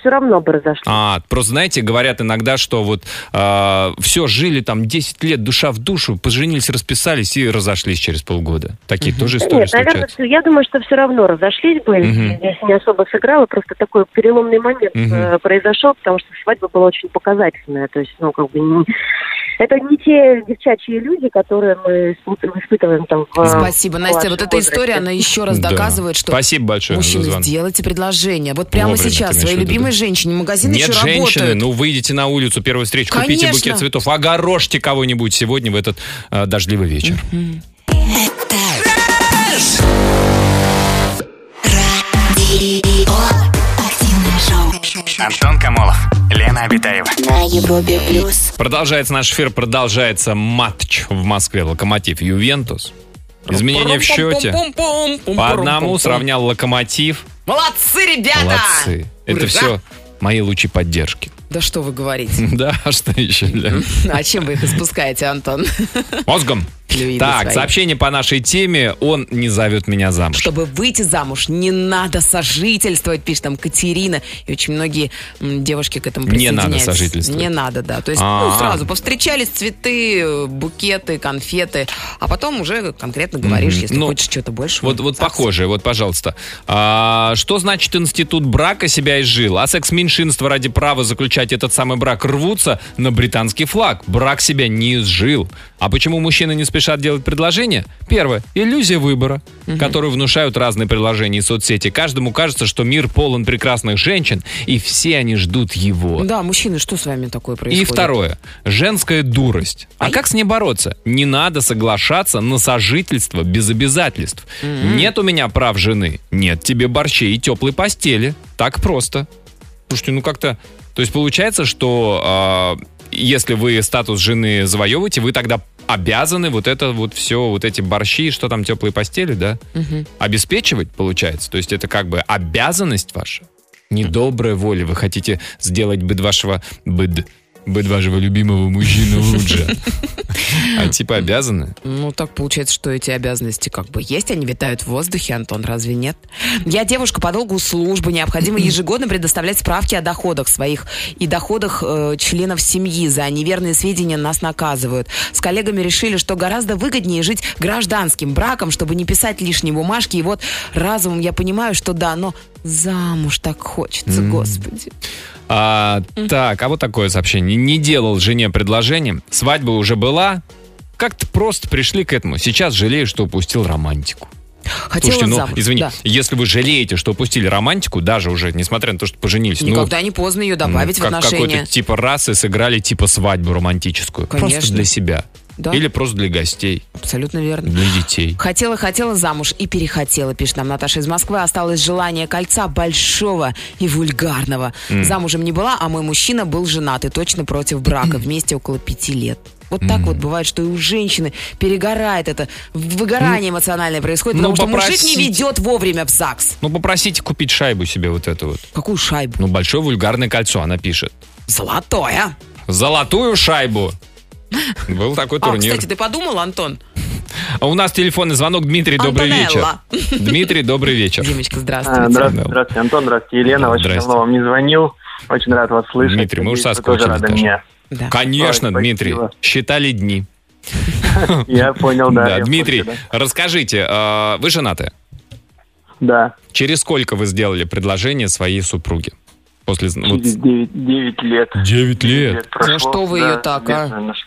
Speaker 9: все равно бы разошлись.
Speaker 3: А, просто, знаете, говорят иногда, что вот все, жили там 10 лет душа в душу, поженились, расписались и разошлись через полгода. Такие тоже
Speaker 9: Да
Speaker 3: истории
Speaker 9: Нет, наверное,
Speaker 3: случаются.
Speaker 9: всё- я думаю, что все равно разошлись бы.
Speaker 3: Мгм.
Speaker 9: Здесь не особо сыграла, просто такой переломный момент
Speaker 3: Мгм.
Speaker 9: э, произошел, потому что свадьба была очень показательная. То есть, ну, как бы не- это не те девчачьи люди, которые мы испы- испытываем там в... э,
Speaker 4: Спасибо, Настя.
Speaker 9: вашем
Speaker 4: Вот эта история,
Speaker 9: возрасте.
Speaker 4: она еще раз
Speaker 3: Да.
Speaker 4: доказывает, что
Speaker 3: Спасибо большое
Speaker 4: мужчины,
Speaker 3: за звонок.
Speaker 4: сделайте предложение. Вот прямо
Speaker 3: Вовремя,
Speaker 4: сейчас
Speaker 3: ты имеешь
Speaker 4: своей
Speaker 3: в виду,
Speaker 4: любимой
Speaker 3: да.
Speaker 4: женщине. Магазин
Speaker 3: Нет
Speaker 4: еще
Speaker 3: женщины,
Speaker 4: работает.
Speaker 3: ну выйдите на улицу, первую встречу, купите
Speaker 4: Конечно.
Speaker 3: букет цветов, огорожьте кого-нибудь сегодня в этот э, дождливый вечер.
Speaker 1: Радио. Активное шоу.
Speaker 5: Антон Камолов, Лена Обитаева.
Speaker 1: На Европе плюс.
Speaker 3: Продолжается наш эфир, продолжается матч в Москве. Локомотив Ювентус. Изменение в счете.
Speaker 4: Пум-пум-пум-пум-пум-пум-пум-пум.
Speaker 3: По одному сравнял Локомотив.
Speaker 4: Молодцы, ребята!
Speaker 3: Молодцы. Это
Speaker 4: Ура!
Speaker 3: все мои лучи поддержки.
Speaker 4: Да что вы говорите?
Speaker 3: Да, а что еще?
Speaker 4: А чем вы их испускаете, Антон?
Speaker 3: Мозгом.
Speaker 4: слушателю Инны
Speaker 3: Так,
Speaker 4: своей.
Speaker 3: сообщение по нашей теме. Он не зовет меня замуж.
Speaker 4: Чтобы выйти замуж, не надо сожительствовать, пишет там Катерина. И очень многие м, девушки к этому
Speaker 3: Не надо
Speaker 4: присоединяются.
Speaker 3: сожительствовать.
Speaker 4: Не надо, да. То есть,
Speaker 3: А-а.
Speaker 4: ну, сразу повстречались цветы, э, букеты, конфеты, а потом уже конкретно говоришь,
Speaker 3: Мгм.
Speaker 4: если
Speaker 3: Ну,
Speaker 4: хочешь чего-то больше.
Speaker 3: Вот, вот похожее, вот, пожалуйста. А, что значит институт брака себя изжил? А секс-меньшинство ради права заключать этот самый брак рвутся на британский флаг. Брак себя не изжил. А почему мужчины не спешат делать предложения? Первое. Иллюзия выбора, которую внушают разные приложения и соцсети. Каждому кажется, что мир полон прекрасных женщин, и все они ждут его.
Speaker 4: Да, мужчины, что с вами такое
Speaker 3: И
Speaker 4: происходит?
Speaker 3: второе. Женская дурость. А как с ней бороться? Не надо соглашаться на сожительство без обязательств. Нет у меня прав жены, нет тебе борщей и теплой постели. Так просто. Слушайте, ну как-то... То есть получается, что а, если вы статус жены завоевываете, вы тогда обязаны вот это вот все, вот эти борщи, что там, теплые постели, да,
Speaker 4: Мгм.
Speaker 3: обеспечивать, получается. То есть это как бы обязанность ваша. Недобрая воля. Вы хотите сделать быд вашего быд, быд вашего любимого мужчину лучше. А типа обязаны.
Speaker 4: Ну, так получается, что эти обязанности как бы есть, они витают в воздухе, Антон, разве нет? Я девушка по долгу службы, необходимо ежегодно предоставлять справки о доходах своих и доходах э, членов семьи. За неверные сведения нас наказывают. С коллегами решили, что гораздо выгоднее жить гражданским браком, чтобы не писать лишние бумажки. И вот разумом я понимаю, что да, но замуж так хочется, господи.
Speaker 3: А, так, а вот такое сообщение. Не делал жене предложение. Свадьба уже была. Как-то просто пришли к этому. Сейчас жалею, что упустил романтику.
Speaker 4: Хотела
Speaker 3: Слушайте, ну,
Speaker 4: А замуж.
Speaker 3: извини,
Speaker 4: Да.
Speaker 3: если вы жалеете, что упустили романтику, даже уже, несмотря на то, что поженились, ну,
Speaker 4: Никогда не поздно ее добавить
Speaker 3: Ну, как
Speaker 4: в отношения.
Speaker 3: какой-то типа расы сыграли типа свадьбу романтическую. Просто
Speaker 4: Конечно.
Speaker 3: для себя.
Speaker 4: Да.
Speaker 3: Или просто для гостей,
Speaker 4: Абсолютно верно.
Speaker 3: для детей.
Speaker 4: Хотела, хотела замуж и перехотела, пишет нам Наташа из Москвы. Осталось желание кольца большого и вульгарного. Замужем не была, а мой мужчина был женат и точно против брака. Вместе около пяти лет. Вот так вот бывает, что и у женщины перегорает это, выгорание эмоциональное происходит,
Speaker 3: ну,
Speaker 4: потому что мужик не
Speaker 3: попросите.
Speaker 4: ведет вовремя в ЗАГС.
Speaker 3: Ну, попросите купить шайбу себе вот эту вот.
Speaker 4: Какую шайбу?
Speaker 3: Ну, большое вульгарное кольцо, она пишет.
Speaker 4: Золотое.
Speaker 3: Золотую шайбу. Был такой
Speaker 4: А,
Speaker 3: турнир.
Speaker 4: кстати, ты подумал, Антон?
Speaker 3: А у нас телефонный звонок. Дмитрий, добрый
Speaker 4: Антонелла.
Speaker 3: вечер. Дмитрий, добрый вечер.
Speaker 4: Димочка,
Speaker 11: А,
Speaker 4: здравствуйте.
Speaker 11: Здравствуйте, здравствуйте, Антон, здравствуйте, Елена. Очень
Speaker 3: Здрасте.
Speaker 11: давно вам не звонил. Очень рад вас слышать.
Speaker 3: Дмитрий, мы уж
Speaker 11: Надеюсь, вы
Speaker 3: соскучились
Speaker 11: тоже рады
Speaker 3: даже.
Speaker 11: мне.
Speaker 4: Да.
Speaker 3: Конечно,
Speaker 11: Ой, спасибо.
Speaker 3: Дмитрий. Считали дни.
Speaker 11: Я понял, да. я в курсе,
Speaker 3: Дмитрий,
Speaker 11: да.
Speaker 3: расскажите, а, вы женаты?
Speaker 11: Да,
Speaker 3: Через сколько вы сделали предложение своей супруге? После... зн- вот-
Speaker 11: Ну, через 9, лет.
Speaker 3: 9 лет.
Speaker 11: прошло,
Speaker 4: что вы
Speaker 11: да,
Speaker 4: её так, а?
Speaker 11: бедная наша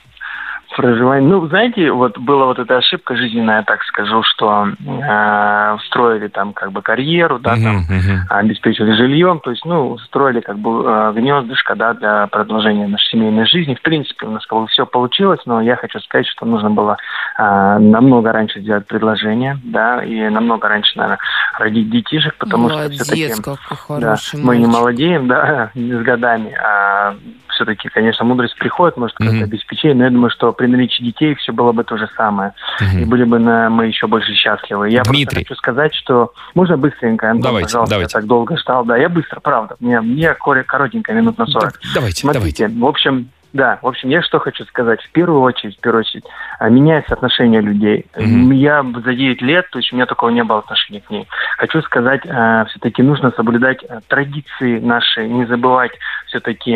Speaker 11: проживание. Ну, знаете, вот была вот эта ошибка жизненная, так скажу, что э, устроили там как бы карьеру, да, там
Speaker 3: Мгм, мгм.
Speaker 11: обеспечили жильем, то есть, ну, строили как бы э, гнездышко, да, для продолжения нашей семейной жизни. В принципе, у нас как бы все получилось, но я хочу сказать, что нужно было э, намного раньше сделать предложение, да, и намного раньше, наверное, родить детишек, потому что
Speaker 4: Молодец,
Speaker 11: все-таки...
Speaker 4: какой
Speaker 11: Да,
Speaker 4: хороший
Speaker 11: мы не
Speaker 4: мальчик.
Speaker 11: молодеем, да, не с годами, а все-таки, конечно, мудрость приходит, может, какое-то
Speaker 3: Мгм.
Speaker 11: обеспечение, но я думаю, что при наличии детей все было бы то же самое.
Speaker 3: Мгм.
Speaker 11: И были бы на- мы еще больше счастливы. Я
Speaker 3: Дмитрий.
Speaker 11: просто хочу сказать, что можно быстренько, Антон,
Speaker 3: Давайте,
Speaker 11: пожалуйста,
Speaker 3: давайте.
Speaker 11: я так долго ждал. Да, я быстро, правда. Мне, мне коре- коротенько, минут на
Speaker 3: Да-
Speaker 11: 40.
Speaker 3: Ну, Давайте, давайте.
Speaker 11: Смотрите, в общем, да, в общем, я что хочу сказать. В первую очередь, в первую очередь, а, меняется отношение людей.
Speaker 3: Мгм.
Speaker 11: Я за 9 лет, то есть у меня такого не было отношения к ней. Хочу сказать, все-таки нужно соблюдать э, традиции наши, не забывать все-таки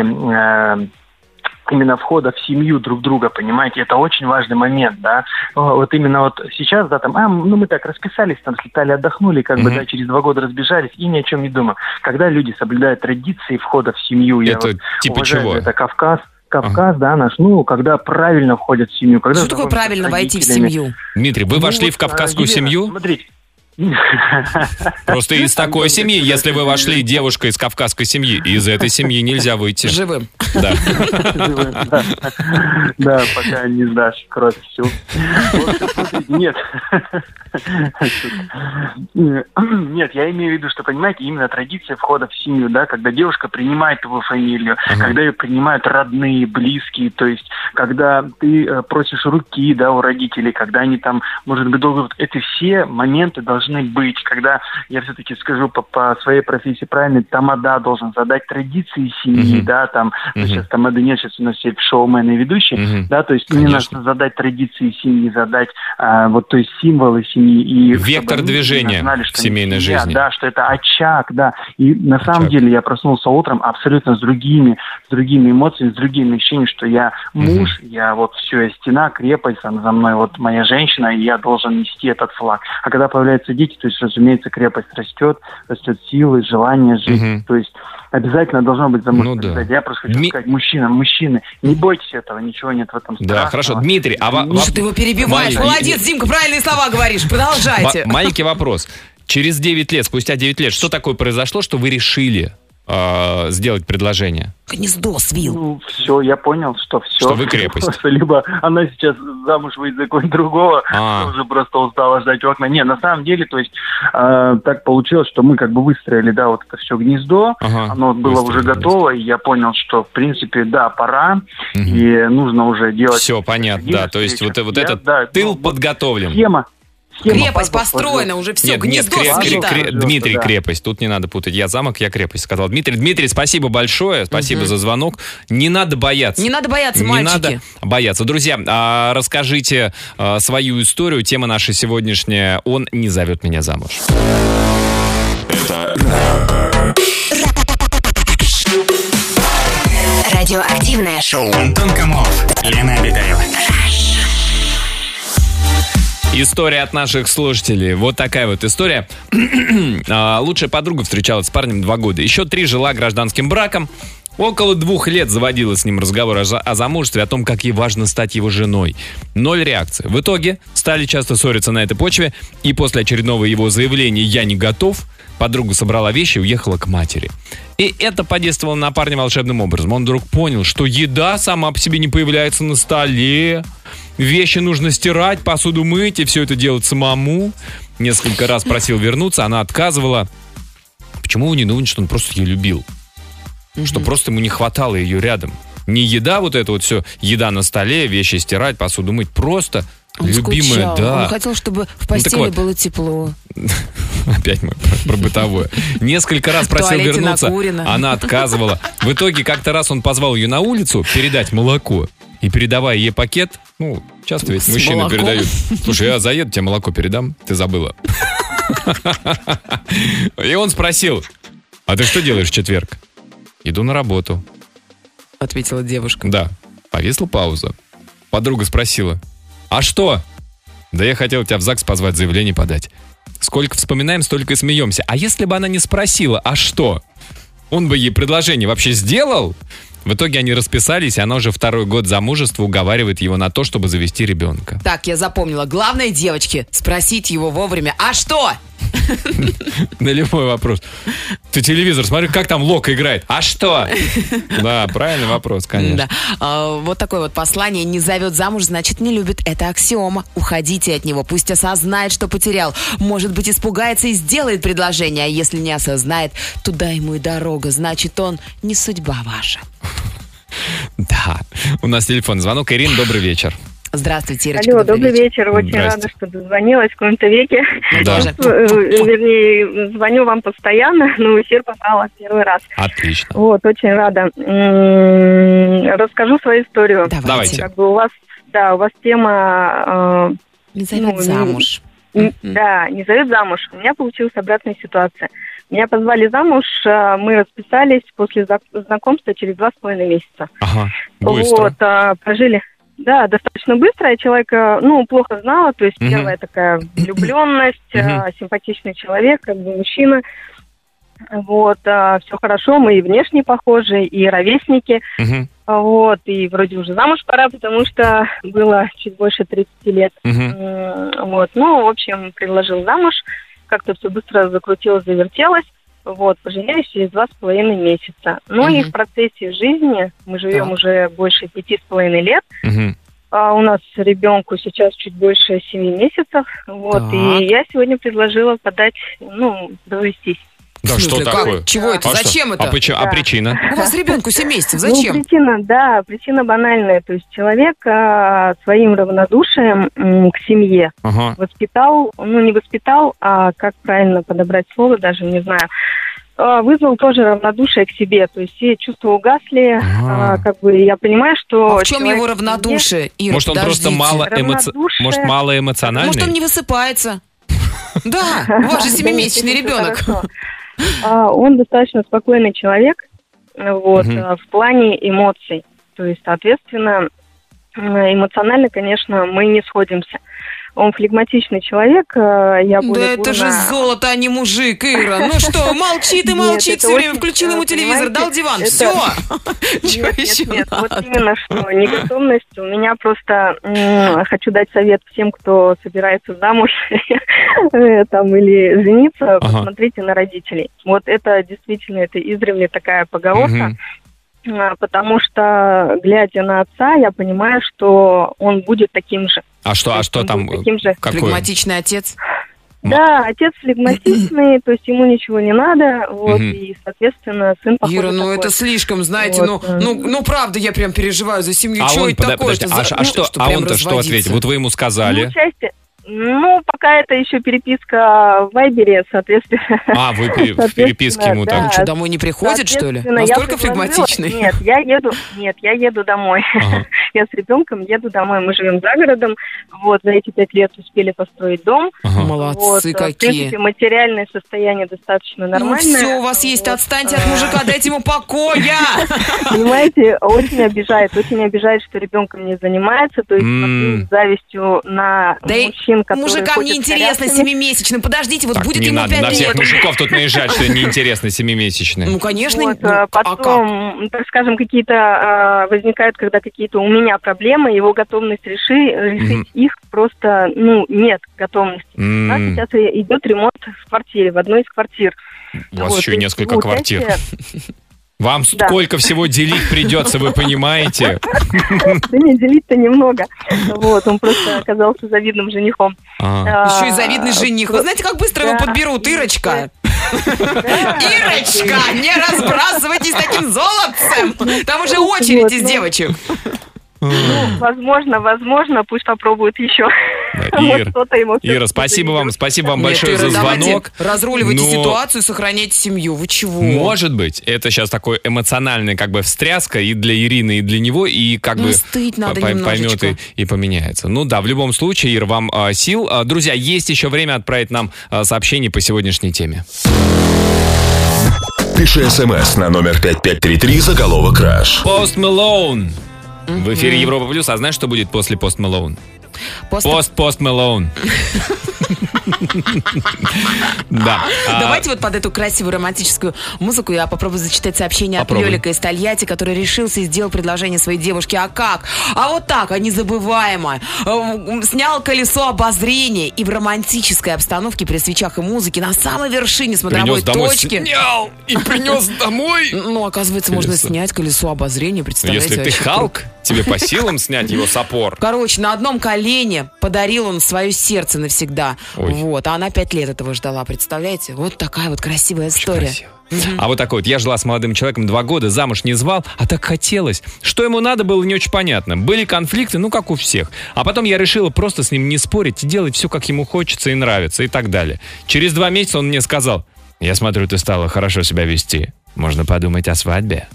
Speaker 11: именно входа в семью друг друга, понимаете, это очень важный момент, да. О, Вот именно вот сейчас, да, там, а, ну мы так расписались, там слетали, отдохнули, как бы,
Speaker 3: Мгм.
Speaker 11: да, через два года разбежались и ни о чем не думаем. Когда люди соблюдают традиции входа в семью, я
Speaker 3: Это
Speaker 11: вот
Speaker 3: типа
Speaker 11: уважаю,
Speaker 3: чего?
Speaker 11: Это Кавказ. Кавказ, да, наш, ну, когда правильно входят в семью. Когда
Speaker 4: Что такое
Speaker 11: знакомятся с
Speaker 4: правильно войти в
Speaker 11: родителями.
Speaker 4: семью?
Speaker 3: Дмитрий, вы
Speaker 11: Ну,
Speaker 3: вошли
Speaker 11: вот,
Speaker 3: в кавказскую
Speaker 11: а, Елена,
Speaker 3: семью?
Speaker 11: Смотрите.
Speaker 3: Просто из такой
Speaker 11: Антон,
Speaker 3: семьи,
Speaker 11: ты
Speaker 3: если вы
Speaker 11: что,
Speaker 3: вошли девушка из кавказской семьи, из этой семьи нельзя выйти.
Speaker 4: Живым.
Speaker 3: Да.
Speaker 11: Да, Да, пока не сдашь кровь всю. В общем, смотрите, Нет. Нет, я имею в виду, что, понимаете, именно традиция входа в семью, да, когда девушка принимает его фамилию, когда ее принимают родные, близкие, то есть, когда ты э, просишь руки, да, у родителей, когда они там, может быть, долго... вот Это все моменты должны быть, когда, я все-таки скажу по, по своей профессии правильно, тамада должен задать традиции семьи,
Speaker 3: Мгм.
Speaker 11: да, там, что сейчас там моды нет, сейчас у нас все шоумены и ведущие,
Speaker 3: Мгм.
Speaker 11: да, то есть не
Speaker 3: Конечно.
Speaker 11: нужно задать традиции семьи, задать а, вот то есть символы семьи и чтобы
Speaker 3: Вектор
Speaker 11: они
Speaker 3: движения
Speaker 11: знали,
Speaker 3: в
Speaker 11: что
Speaker 3: семейной
Speaker 11: они семья,
Speaker 3: жизни.
Speaker 11: да, что это очаг, да, и на самом
Speaker 3: Очаг.
Speaker 11: деле я проснулся утром абсолютно с другими, с другими эмоциями, с другими ощущениями, что я муж, я вот все, я стена, крепость, там за мной вот моя женщина, и я должен нести этот флаг. А когда появляются дети, то есть, разумеется, крепость растет, растет силы, желание жить,
Speaker 3: Мгм.
Speaker 11: то есть обязательно должно быть замужество.
Speaker 3: Ну да.
Speaker 11: Я просто хочу
Speaker 3: Ми-
Speaker 11: сказать, мужчинам, мужчины, не бойтесь этого, ничего нет в этом страшного.
Speaker 3: Да, хорошо. Дмитрий, а ва-
Speaker 4: Миша, Ну, ты его перебиваешь.
Speaker 3: Ваня,
Speaker 4: Молодец, Димка, правильные слова говоришь.
Speaker 3: ва-
Speaker 4: Продолжайте.
Speaker 3: маленький вопрос. Через 9 лет, спустя 9 лет, что такое произошло, что вы решили э, сделать предложение?
Speaker 4: Гнездо свил.
Speaker 11: Ну, все, я понял, что все.
Speaker 3: Что вы крепость.
Speaker 11: Либо она сейчас замуж выйдет за кого-нибудь другого,
Speaker 3: А.
Speaker 11: кто уже просто устала ждать у окна. Не, на самом деле, то есть, э, так получилось, что мы как бы выстроили, да, вот это все гнездо,
Speaker 3: Ага,
Speaker 11: оно было
Speaker 3: выстроили
Speaker 11: уже готово, и я понял, что, в принципе, да, пора, и нужно уже делать...
Speaker 3: Все, понятно, да. То есть вот,
Speaker 11: встречу.
Speaker 3: вот
Speaker 11: Я-
Speaker 3: этот
Speaker 11: да,
Speaker 3: тыл
Speaker 11: ну, вот
Speaker 3: подготовлен.
Speaker 11: Схема. схема
Speaker 4: Крепость
Speaker 11: пазлов
Speaker 4: построена, уже все,
Speaker 3: Нет, нет,
Speaker 4: гнездо
Speaker 3: кре- кре-
Speaker 4: свито.
Speaker 3: кре-
Speaker 11: Звезда,
Speaker 3: Дмитрий
Speaker 11: да.
Speaker 3: крепость. Тут не надо путать. Я замок, я крепость, сказал Дмитрий. Дмитрий, спасибо большое, спасибо за звонок. Не надо бояться.
Speaker 4: Не надо бояться,
Speaker 3: Не
Speaker 4: мальчики.
Speaker 3: надо бояться. Друзья, а, расскажите а, свою историю. Тема наша сегодняшняя «Он не зовет меня замуж».
Speaker 1: Радиоактивное шоу.
Speaker 5: Антон Камолов, Лена Обитаева.
Speaker 3: История от наших слушателей. Вот такая вот история. А, Лучшая подруга встречалась с парнем два года. Еще три жила гражданским браком. Около двух лет заводила с ним разговор о, за- о замужестве, о том, как ей важно стать его женой. Ноль реакции. В итоге стали часто ссориться на этой почве, и после очередного его заявления «я не готов», подруга собрала вещи и уехала к матери. И это подействовало на парня волшебным образом. Он вдруг понял, что еда сама по себе не появляется на столе, вещи нужно стирать, посуду мыть и все это делать самому. Несколько раз просил вернуться, она отказывала. Почему он не думает, что он просто ее любил? Что просто ему не хватало ее рядом. Не еда вот это вот все, еда на столе, вещи стирать, посуду мыть, просто
Speaker 4: Он
Speaker 3: любимая,
Speaker 4: скучал.
Speaker 3: да.
Speaker 4: Он хотел, чтобы в
Speaker 3: Ну, так
Speaker 4: постели
Speaker 3: вот.
Speaker 4: было тепло.
Speaker 3: Опять мы про- про бытовое. Несколько раз просил
Speaker 4: туалете
Speaker 3: вернуться,
Speaker 4: накурено.
Speaker 3: она отказывала. В итоге как-то раз он позвал ее на улицу передать молоко. И передавая ей пакет, ну, часто ведь
Speaker 4: С
Speaker 3: мужчины
Speaker 4: молоком.
Speaker 3: передают. Слушай, я заеду, тебе молоко передам, ты забыла. И он спросил, а ты что делаешь в четверг? Иду на работу.
Speaker 4: Ответила девушка.
Speaker 3: Да. Повисла пауза. Подруга спросила. А что? Да я хотел тебя в ЗАГС позвать, заявление подать. Сколько вспоминаем, столько и смеемся. А если бы она не спросила, а что? Он бы ей предложение вообще сделал? В итоге они расписались, и она уже второй год замужества уговаривает его на то, чтобы завести ребенка.
Speaker 4: Так, я запомнила. Главное, девочки, спросить его вовремя. А что?
Speaker 3: На любой вопрос. Ты телевизор смотри, как там Лок играет. А что? Да, правильный вопрос,
Speaker 4: Да.
Speaker 3: конечно.
Speaker 4: А, вот такое вот послание. Не зовет замуж, значит, не любит. Это аксиома. Уходите от него. Пусть осознает, что потерял. Может быть, испугается и сделает предложение. А если не осознает, туда ему и дорога. Значит, он не судьба ваша.
Speaker 3: Да. У нас телефон звонок. Ирина, добрый вечер.
Speaker 4: Здравствуйте, Ирочка.
Speaker 10: Алло, добрый вечер. Очень
Speaker 3: Здрасте.
Speaker 10: рада, что дозвонилась в каком-то веке.
Speaker 3: Да.
Speaker 4: Ну, Тоже.
Speaker 10: Э, э, Вернее, звоню вам постоянно, но в эфир попала в первый раз.
Speaker 3: Отлично.
Speaker 10: Вот, очень рада. М, Расскажу свою историю.
Speaker 3: Давайте.
Speaker 10: Как бы у вас, да, у вас тема э,
Speaker 4: Не зовет
Speaker 10: Ну,
Speaker 4: замуж.
Speaker 10: Н-
Speaker 4: Мгм.
Speaker 10: Да, не зовет замуж. У меня получилась обратная ситуация. Меня позвали замуж, а, мы расписались после зак- знакомства через два с половиной месяца.
Speaker 3: Ага. Быстро.
Speaker 10: Вот, а, прожили. Да, достаточно быстро. Я человека, ну, плохо знала. То есть
Speaker 3: Мгм.
Speaker 10: первая такая влюбленность, а, симпатичный человек, как бы мужчина. Вот, все хорошо, мы и внешне похожи, и ровесники.
Speaker 3: Мгм,
Speaker 10: А, Вот, и вроде уже замуж пора, потому что было чуть больше 30 лет.
Speaker 3: мгм.
Speaker 10: М, Вот, ну, в общем, предложил замуж, как-то все быстро закрутилось, завертелось. Вот, поженились через два с половиной месяца. Ну и
Speaker 4: Мгм.
Speaker 10: в процессе жизни, мы живем
Speaker 4: Так.
Speaker 10: уже больше пяти с половиной лет,
Speaker 3: Мгм.
Speaker 10: а у нас ребенку сейчас чуть больше семи месяцев, вот,
Speaker 4: Так.
Speaker 10: и я сегодня предложила подать, ну, довестись.
Speaker 3: Да
Speaker 4: В
Speaker 3: что
Speaker 4: смысле, как?
Speaker 3: такое?
Speaker 4: Чего это?
Speaker 3: А что?
Speaker 4: Зачем
Speaker 3: А,
Speaker 4: это?
Speaker 3: почему- а
Speaker 10: Да.
Speaker 3: причина?
Speaker 4: У вас ребенку 7 месяцев.
Speaker 10: Ну,
Speaker 4: Зачем?
Speaker 10: причина, да, причина банальная, то есть человек а, своим равнодушием м, к семье,
Speaker 3: Ага.
Speaker 10: воспитал, ну не воспитал, а как правильно подобрать слово, даже не знаю, э, вызвал тоже равнодушие к себе. То есть все чувства угасли.
Speaker 3: А.
Speaker 10: а, Как бы я понимаю, что...
Speaker 4: А в чем
Speaker 10: человек
Speaker 4: его
Speaker 10: ко мне-
Speaker 4: равнодушие, Ира,
Speaker 3: Может, он просто
Speaker 4: подождите?
Speaker 3: мало, эмоци...
Speaker 10: Равнодушие.
Speaker 3: Может, мало эмоциональный?
Speaker 4: Может, он не высыпается? Да, у вас же семимесячный
Speaker 10: Да, нет, это
Speaker 4: ребенок.
Speaker 10: хорошо. А, Он достаточно спокойный человек вот,
Speaker 3: Мгм.
Speaker 10: а, в плане эмоций. То есть, соответственно, м, эмоционально, конечно, мы не сходимся. Он флегматичный человек, а, я
Speaker 4: Да
Speaker 10: более
Speaker 4: это же
Speaker 10: бурно-
Speaker 4: золото, а не мужик, Ира. Ну что, молчит и
Speaker 10: Нет,
Speaker 4: молчит
Speaker 10: это
Speaker 4: все время.
Speaker 10: очень,
Speaker 4: Включил ему
Speaker 10: э,
Speaker 4: телевизор, дал
Speaker 10: понимаете,
Speaker 4: диван.
Speaker 10: это-
Speaker 4: Все. Чего
Speaker 10: Нет, нет,
Speaker 4: еще
Speaker 10: нет, вот
Speaker 4: надо?
Speaker 10: именно что, неготовность. У меня просто м, хочу дать совет всем, кто собирается замуж э, там, или жениться, посмотрите на родителей. Вот это действительно, это издревле такая поговорка.
Speaker 3: Мгм.
Speaker 10: А, Потому что, глядя на отца, я понимаю, что он будет таким же.
Speaker 3: А что, а что
Speaker 10: Он
Speaker 3: там?
Speaker 10: будет таким же.
Speaker 3: Какое?
Speaker 4: Флегматичный отец.
Speaker 10: Да, отец флегматичный, то есть ему ничего не надо, вот,
Speaker 3: Мгм.
Speaker 10: и, соответственно, сын похож
Speaker 4: Ира,
Speaker 10: на
Speaker 4: ну
Speaker 10: такой.
Speaker 4: это слишком, знаете, ну,
Speaker 10: Вот, э.
Speaker 4: ну, ну правда, я прям переживаю за семью.
Speaker 3: А
Speaker 4: Чего
Speaker 3: он,
Speaker 4: это
Speaker 3: подо-
Speaker 4: такое?
Speaker 3: подожди, а, ш- а
Speaker 4: за- ну,
Speaker 3: что,
Speaker 4: что
Speaker 3: а
Speaker 4: прям
Speaker 3: он-то что
Speaker 4: разводиться?
Speaker 3: ответил? Вот вы ему сказали.
Speaker 10: Ну, части- ну, пока это еще переписка в Вайбере, соответственно.
Speaker 4: Ну,
Speaker 3: А, вы пе- в переписке ему
Speaker 10: да.
Speaker 4: Он
Speaker 3: так.
Speaker 4: что, домой не приходит, что ли?
Speaker 10: А, Соответственно, я
Speaker 4: Настолько
Speaker 10: предложила-
Speaker 4: флегматичный.
Speaker 10: Нет, я еду, нет, я еду домой.
Speaker 3: Ага.
Speaker 10: Я с ребенком еду домой. Мы живем за городом. Вот, за эти пять лет успели построить дом.
Speaker 3: Ага.
Speaker 10: Вот,
Speaker 4: Молодцы
Speaker 10: э, В принципе,
Speaker 4: какие.
Speaker 10: материальное состояние достаточно
Speaker 4: Ну
Speaker 10: нормальное.
Speaker 4: все, у вас есть,
Speaker 10: Вот,
Speaker 4: отстаньте
Speaker 10: э,
Speaker 4: от мужика, дайте ему покоя.
Speaker 10: Понимаете, очень обижает, очень обижает, что ребенком не занимается, то есть
Speaker 3: М.
Speaker 10: смотрю с зависью на
Speaker 4: Да и
Speaker 10: мужчин, которые
Speaker 4: Мужикам
Speaker 10: ходят с
Speaker 4: неинтересно
Speaker 10: колясками.
Speaker 4: семимесячным. Подождите, вот
Speaker 3: Так,
Speaker 4: будет
Speaker 3: не
Speaker 4: ему
Speaker 3: надо на
Speaker 4: пять
Speaker 3: всех
Speaker 4: лет.
Speaker 3: мужиков тут наезжать, что неинтересно
Speaker 4: Ну,
Speaker 3: семимесячные.
Speaker 4: конечно,
Speaker 10: Вот,
Speaker 4: ну,
Speaker 10: э,
Speaker 4: а как?
Speaker 10: потом, м, так скажем, какие-то э, возникают, когда какие-то у меня проблемы, его готовность реши, решить их просто, ну, нет готовности. У нас
Speaker 3: М,
Speaker 10: сейчас и- идет ремонт в квартире, в одной из квартир.
Speaker 3: У вас
Speaker 10: Вот,
Speaker 3: еще
Speaker 10: то
Speaker 3: и
Speaker 10: есть
Speaker 3: несколько
Speaker 10: вы
Speaker 3: квартир.
Speaker 10: участие-
Speaker 3: Вам
Speaker 10: Да.
Speaker 3: сколько всего делить придется, вы понимаете?
Speaker 10: Да не, делить-то немного. Вот, он просто оказался завидным женихом.
Speaker 3: А,
Speaker 10: А,
Speaker 4: Еще и завидный жених. Вы знаете, как быстро его
Speaker 10: да.
Speaker 4: подберут, Ирочка?
Speaker 10: да.
Speaker 4: Ирочка, не разбрасывайтесь таким золотцем. Там уже очередь
Speaker 10: Вот,
Speaker 4: из
Speaker 10: ну.
Speaker 4: девочек.
Speaker 10: Возможно, возможно, пусть попробует еще.
Speaker 3: да,
Speaker 10: Может,
Speaker 3: Ир,
Speaker 10: кто-то ему всё-таки
Speaker 3: Ира, спасибо вам,
Speaker 10: заведет.
Speaker 3: спасибо вам
Speaker 4: Нет,
Speaker 3: большое
Speaker 4: Ира,
Speaker 3: за
Speaker 4: давайте
Speaker 3: звонок.
Speaker 4: Разруливайте
Speaker 3: Но-
Speaker 4: ситуацию, сохраняйте семью. Вы чего?
Speaker 3: Может быть, это сейчас такой эмоциональный как бы встряска и для Ирины, и для него, и как
Speaker 4: Ну,
Speaker 3: бы
Speaker 4: остыть надо немножечко.
Speaker 3: поймет и, и поменяется. Ну да, в любом случае, Ир, вам а, сил. А, друзья, есть еще время отправить нам а, сообщение по сегодняшней теме.
Speaker 2: Пиши смс на номер 5533 заголовок «Краш».
Speaker 3: Пост Мэлоун в эфире Европа Плюс. А знаешь, что будет после Пост Мэлоун?
Speaker 4: Пост-
Speaker 3: Пост Пост Мэлоун. Да. А,
Speaker 4: Давайте вот под эту красивую романтическую музыку я попробую зачитать сообщение от
Speaker 3: Попробуй.
Speaker 4: Лёлика из Тольятти, который решился и сделал предложение своей девушке. А как? А вот так, а незабываемо. Эм, Снял колесо обозрения и в романтической обстановке при свечах и музыке на самой вершине смотровой
Speaker 3: Принес домой,
Speaker 4: точки.
Speaker 3: снял и принес домой.
Speaker 4: Ну, оказывается, можно
Speaker 3: Колесо.
Speaker 4: снять колесо обозрения, представляете?
Speaker 3: Если ты
Speaker 4: вообще
Speaker 3: Халк, тебе по силам снять его с опор.
Speaker 4: Короче, на одном колене подарил он свое сердце навсегда.
Speaker 3: Ой.
Speaker 4: Вот. А она пять лет этого ждала, представляете? Вот такая вот красивая история.
Speaker 3: Красиво. А вот такой вот, я жила с молодым человеком два года, замуж не звал, а так хотелось. Что ему надо было, не очень понятно. Были конфликты, ну как у всех. А потом я решила просто с ним не спорить и делать все, как ему хочется и нравится, и так далее. Через два месяца он мне сказал, я смотрю, ты стала хорошо себя вести, можно подумать о свадьбе.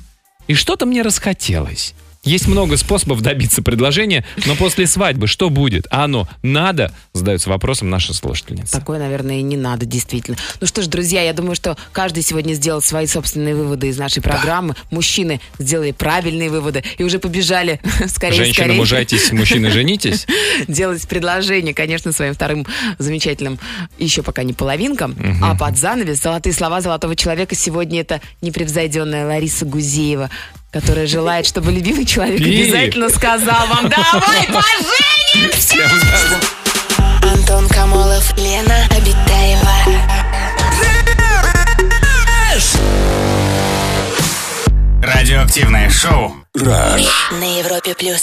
Speaker 3: И что-то мне расхотелось. Есть много способов добиться предложения, но после свадьбы что будет? А оно надо? Задаются вопросом наши слушательницы.
Speaker 4: Такое, наверное, и не надо, действительно. Ну что ж, друзья, я думаю, что каждый сегодня сделал свои собственные выводы из нашей программы. Мужчины сделали правильные выводы и уже побежали скорее,
Speaker 3: Женщины,
Speaker 4: скорее
Speaker 3: мужайтесь, мужчины, женитесь.
Speaker 4: делать предложение, конечно, своим вторым замечательным еще пока не половинкам. А под занавес золотые слова золотого человека сегодня это непревзойденная Лариса Гузеева, которая желает, чтобы любимый человек
Speaker 3: Пи.
Speaker 4: обязательно сказал вам «Давай поженимся!»
Speaker 3: Всем здоров-
Speaker 1: Антон Камолов, Лена Обитаева.
Speaker 5: Радиоактивное шоу
Speaker 1: На Европе плюс.